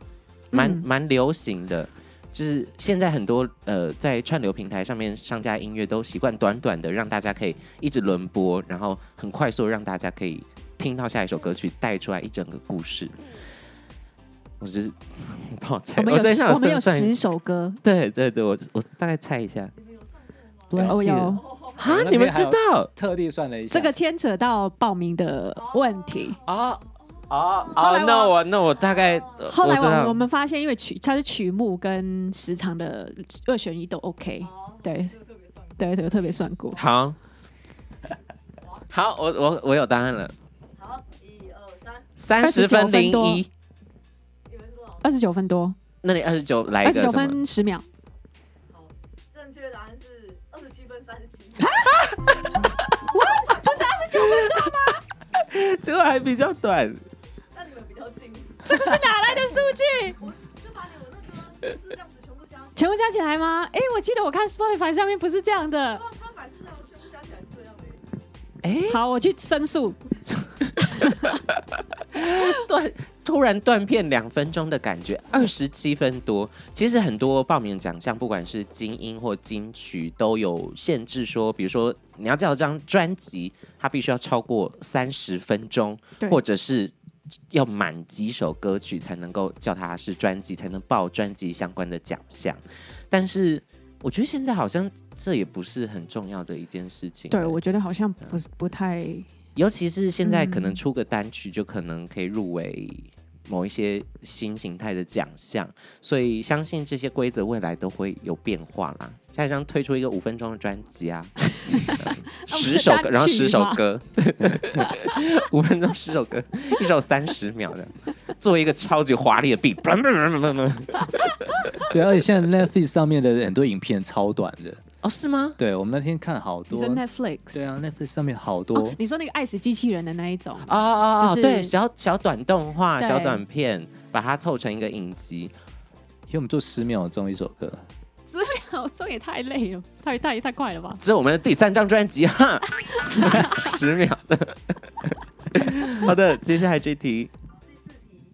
Speaker 2: 蛮
Speaker 3: 嗯
Speaker 2: 蛮、流行的。就是现在很多呃，在串流平台上面上架音乐都习惯短短的，让大家可以一直轮播，然后很快速地让大家可以听到下一首歌曲，带出来一整个故事。我只是 帮我猜，
Speaker 3: 我们有
Speaker 2: 等一下
Speaker 3: 我们有
Speaker 2: 算算
Speaker 3: 十首歌，
Speaker 2: 对对对，我我大概猜一下。Bless
Speaker 3: 哦
Speaker 2: you
Speaker 3: 有
Speaker 2: 啊，
Speaker 1: 那
Speaker 2: 你们
Speaker 1: 边还
Speaker 2: 知
Speaker 1: 有
Speaker 2: 道
Speaker 1: 特地算了一下，
Speaker 3: 这个牵扯到报名的问题。
Speaker 2: 啊啊
Speaker 3: 后
Speaker 2: 啊！
Speaker 3: 来我
Speaker 2: 那我那我大概呃
Speaker 3: 后来
Speaker 2: 知道
Speaker 3: 我我们发现，因为曲它是曲目跟时长的二选一都 OK，对
Speaker 5: 就特别算
Speaker 3: 对对，我特别算过。
Speaker 2: 好， 好，我我我有答案了，
Speaker 5: 好，一二三，
Speaker 2: 三十
Speaker 3: 29
Speaker 2: 分零
Speaker 3: 分多
Speaker 2: 一，
Speaker 5: 你们多少？
Speaker 3: 二十九分多，
Speaker 2: 那你二十九来
Speaker 3: 二
Speaker 2: 一
Speaker 3: 十
Speaker 2: 个
Speaker 3: 九
Speaker 2: 什么？
Speaker 3: 分十秒，
Speaker 5: 正确答案是二十七分三十七。
Speaker 2: 这个还比较短，
Speaker 5: 那你们比较近，
Speaker 3: 这个是哪来的数据？
Speaker 5: 就把你们那个数字这样子全部加起来。
Speaker 3: 全部加起来吗？哎，我记得我看 Spotify 上面不是这样的。
Speaker 5: 哇，他买是这样，全部加起来是这样的耶。
Speaker 2: 哎，
Speaker 3: 好，我去申诉。
Speaker 2: 断突然断片两分钟的感觉，二十七分多。其实很多报名奖项，不管是金音或金曲，都有限制说，比如说你要叫这张专辑，它必须要超过三十分钟，
Speaker 3: 对
Speaker 2: 或者是要满几首歌曲才能够叫它是专辑，才能报专辑相关的奖项。但是我觉得现在好像这也不是很重要的一件事情。
Speaker 3: 对，我觉得好像不是不太
Speaker 2: 尤其是现在可能
Speaker 3: 嗯
Speaker 2: 出个单曲就可能可以入围某一些新形态的奖项，所以相信这些规则未来都会有变化啦。下一张推出一个五分钟的专辑 啊，十首歌，然后十首歌， 五分钟十首歌，一首三十秒的，作为一个超级华丽的 beat，砰砰砰砰 砰砰
Speaker 1: 对，而且现在 Netflix 上面的很多影片超短的，
Speaker 2: 哦，是吗？
Speaker 1: 对我们那天看好
Speaker 3: 你
Speaker 1: 多
Speaker 3: 说，Netflix，
Speaker 1: 对啊，Netflix 上面好多，
Speaker 3: 哦，你说那个爱死机器人的那一种，
Speaker 2: 啊啊啊！
Speaker 3: 就是
Speaker 2: 对，小小短动画、
Speaker 3: 对
Speaker 2: 小短片，把它凑成一个影集。
Speaker 1: 因为我们做十秒钟一首歌，
Speaker 3: 这也太累了，太太太快了吧？
Speaker 2: 这是我们的第三张专辑哈，十秒的。好的，接下来这题，
Speaker 5: 第四题，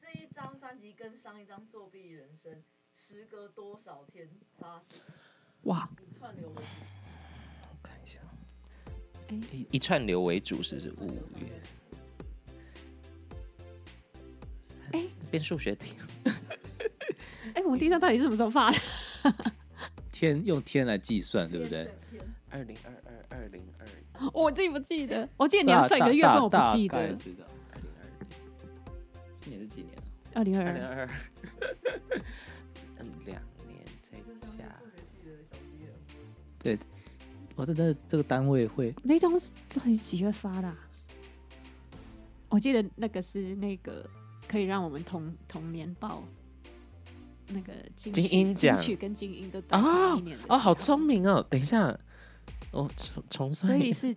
Speaker 5: 这一张专辑跟上一张《作弊人生》时隔多少天发行？
Speaker 3: 哇，
Speaker 5: 以串流为主
Speaker 2: 看一下
Speaker 3: 哎，
Speaker 2: 一串流为主，是不是五月？
Speaker 3: 哎
Speaker 2: 变数学题，
Speaker 3: 哎，我们第一张到底是什么时候发的？
Speaker 1: 天用天来计算，对不对？？
Speaker 5: 天
Speaker 2: 二零二二二零二二
Speaker 3: 我记不记得？我记得
Speaker 1: 对
Speaker 3: 年
Speaker 1: 啊
Speaker 3: 份
Speaker 1: 大
Speaker 3: 跟月份我不
Speaker 1: 大
Speaker 3: 记
Speaker 1: 大概
Speaker 3: 得。
Speaker 1: 知道
Speaker 2: 零二
Speaker 1: 今年是几年啊？
Speaker 3: 二零
Speaker 2: 二
Speaker 3: 二
Speaker 2: 零
Speaker 3: 二，
Speaker 2: 二二，嗯，两年再
Speaker 5: 就像
Speaker 2: 加
Speaker 5: 是数学系的小毕业了
Speaker 1: 对，我真的这个单位会
Speaker 3: 那张是到底几月发的啊？我记得那个是那个可以让我们童童年报那个金
Speaker 2: 金
Speaker 3: 曲
Speaker 2: 鹰奖
Speaker 3: 金曲跟金鹰都得同一年的
Speaker 2: 哦，好
Speaker 3: 时候
Speaker 2: 聪，明哦！等一下，我重重
Speaker 3: 所
Speaker 2: 算
Speaker 3: 以
Speaker 2: 一
Speaker 3: 是
Speaker 5: 一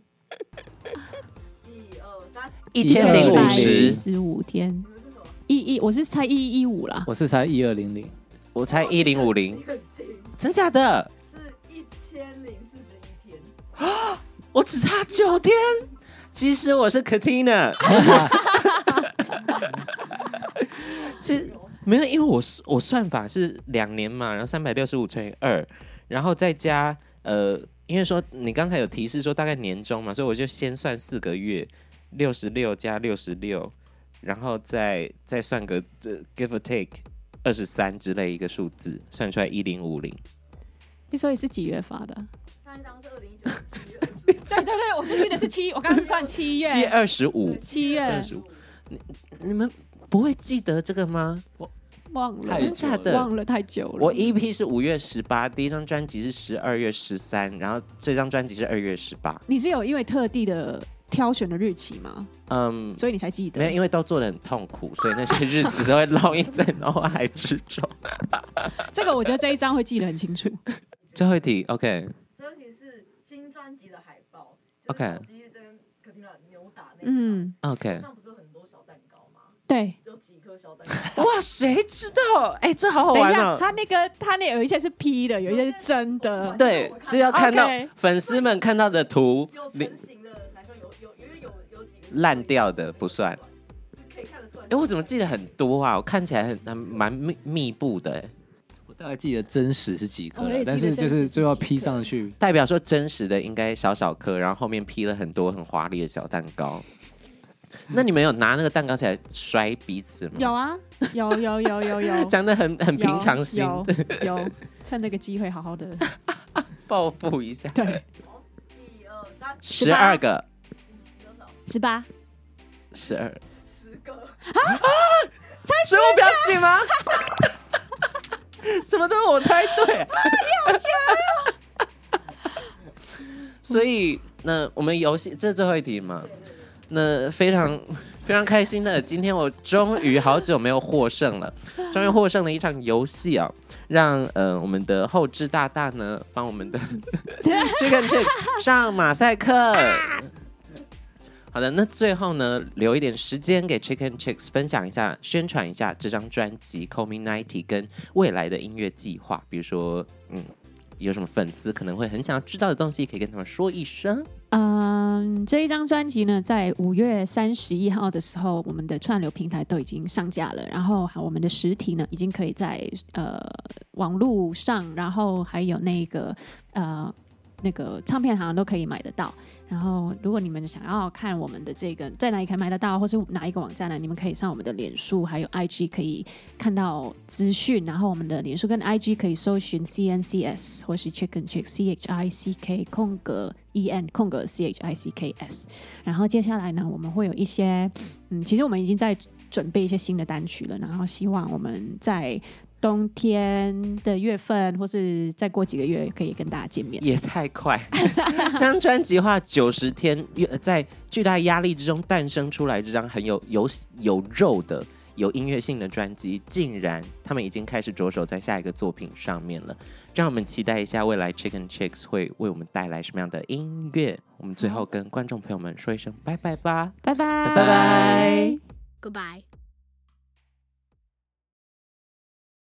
Speaker 5: 二三，
Speaker 2: 一千零五十，
Speaker 3: 十五天
Speaker 5: 你们是什么？
Speaker 3: 一一，我是猜一一一五啦，
Speaker 1: 我是猜一二零零，
Speaker 2: 我猜一零五零
Speaker 5: 你，很近，
Speaker 2: 真假的？
Speaker 5: 是一千零四十一天。
Speaker 2: 我只差九天。其实我是 Katina，其实没有，因为我是我算法是两年嘛，然后三百六十五乘以二，然后再加呃，因为说你刚才有提示说大概年终嘛，所以我就先算四个月，六十六加六十六，然后再再算个、呃 give or take 二十三之类一个数字，算出来一零五零。
Speaker 3: 那时候也是几月发的？啊
Speaker 5: 上一张是二零一九年七月二十五，
Speaker 3: 对对对，我就记得是 七，我刚刚是算七
Speaker 2: 七
Speaker 3: 月，
Speaker 2: 二十五，
Speaker 3: 七月
Speaker 5: 二十五。
Speaker 2: 你们不会记得这个吗？我
Speaker 3: 忘了
Speaker 1: 太
Speaker 2: 真假
Speaker 1: 久了
Speaker 2: 的？
Speaker 3: 忘了太久了。
Speaker 2: 我 EP 是五月十八，第一张专辑是十二月十三，然后这张专辑是二月十八。
Speaker 3: 你是有因为特地的挑选的日期吗？
Speaker 2: 嗯，
Speaker 3: 所以你才记得？
Speaker 2: 没有，因为都做的很痛苦，所以那些日子都 会烙印在脑海之中。
Speaker 3: 这个我觉得这一张会记得很清楚。
Speaker 2: 最后一题，OK，
Speaker 5: 这题是新专辑的海报
Speaker 2: OK
Speaker 5: 就是手机这边可听到扭打那 一
Speaker 3: 嗯，
Speaker 5: 张，
Speaker 2: OK，
Speaker 5: 上不是有很多小蛋糕吗？
Speaker 3: 对。
Speaker 5: 有几颗小蛋糕，
Speaker 2: 哇，谁知道？哎、这好好
Speaker 3: 等一
Speaker 2: 玩
Speaker 3: 下，
Speaker 2: 哦！
Speaker 3: 他那个他那有一些是 P 的，有一些是哦真的。
Speaker 2: 对，是要看到
Speaker 3: OK
Speaker 2: 粉丝们看到的图，
Speaker 5: 有
Speaker 2: 你
Speaker 5: 成型的才算有有，因为有有几个
Speaker 2: 烂掉的不算，
Speaker 5: 是可以看得出来。
Speaker 2: 哎、我怎么记得很多啊？我看起来很很蛮密密布的、哎
Speaker 1: 我大概记得真实是几颗
Speaker 3: 我
Speaker 1: 啦
Speaker 3: 也记，得
Speaker 1: 但是就
Speaker 3: 真实
Speaker 1: 是
Speaker 3: 是
Speaker 1: 最后
Speaker 3: 几颗
Speaker 1: 披上去，
Speaker 2: 代表说真实的应该小小颗，然后后面披了很多很华丽的小蛋糕。那你们有拿那个蛋糕起来摔彼此吗？
Speaker 3: 有啊，有有有有 有，
Speaker 2: 讲的很很
Speaker 3: 有
Speaker 2: 平常心，
Speaker 3: 有有，趁那个机会好 好的。
Speaker 2: 报复一下。
Speaker 3: 对，
Speaker 5: 好一二三，
Speaker 2: 十二个，
Speaker 5: 嗯多少？
Speaker 3: 十八，
Speaker 2: 十二，
Speaker 5: 十个。
Speaker 2: 十五表姐吗？ 什么都我猜对， 所以那我们游戏这是最后一题嘛？那非常非常开心的，今天我终于好久没有获胜 了，终于获胜了一场游戏啊！让呃我们的后置大大呢帮我们的 Chicken Chick 上马赛克。好的，那最后呢，留一点时间给 Chicken Chicks 分享一下、宣传一下这张专辑《Call Me Ninety》跟未来的音乐计划，比如说，嗯，有什么粉丝可能会很想要知道的东西，可以跟他们说一声。
Speaker 3: 嗯，这一张专辑呢，在五月三十一号的时候，我们的串流平台都已经上架了，然后我们的实体呢，已经可以在呃网络上，然后还有那个呃那个唱片行都可以买得到。然后，如果你们想要看我们的这个在哪里可以买得到，或是哪一个网站呢？你们可以上我们的脸书还有 IG 可以看到资讯。然后我们的脸书跟 IG 可以搜寻 CNCS 或是 Chicken Chick C H I C K 空格 E N 空格 C H I C K S。然后接下来呢，我们会有一些嗯，其实我们已经在准备一些新的单曲了，然后希望我们在。冬天的月份，或是再过几个月，可以跟大家见面。
Speaker 2: 也太快， 这张专辑花九十天，呃在巨大压力之中诞生出来这张很有有有肉的、有音乐性的专辑，竟然他们已经开始着手在下一个作品上面了。让我们期待一下未来 Chicken Chicks 会为我们带来什么样的音乐。我们最后跟观众朋友们说一声拜拜吧，拜拜，拜拜。
Speaker 6: Goodbye.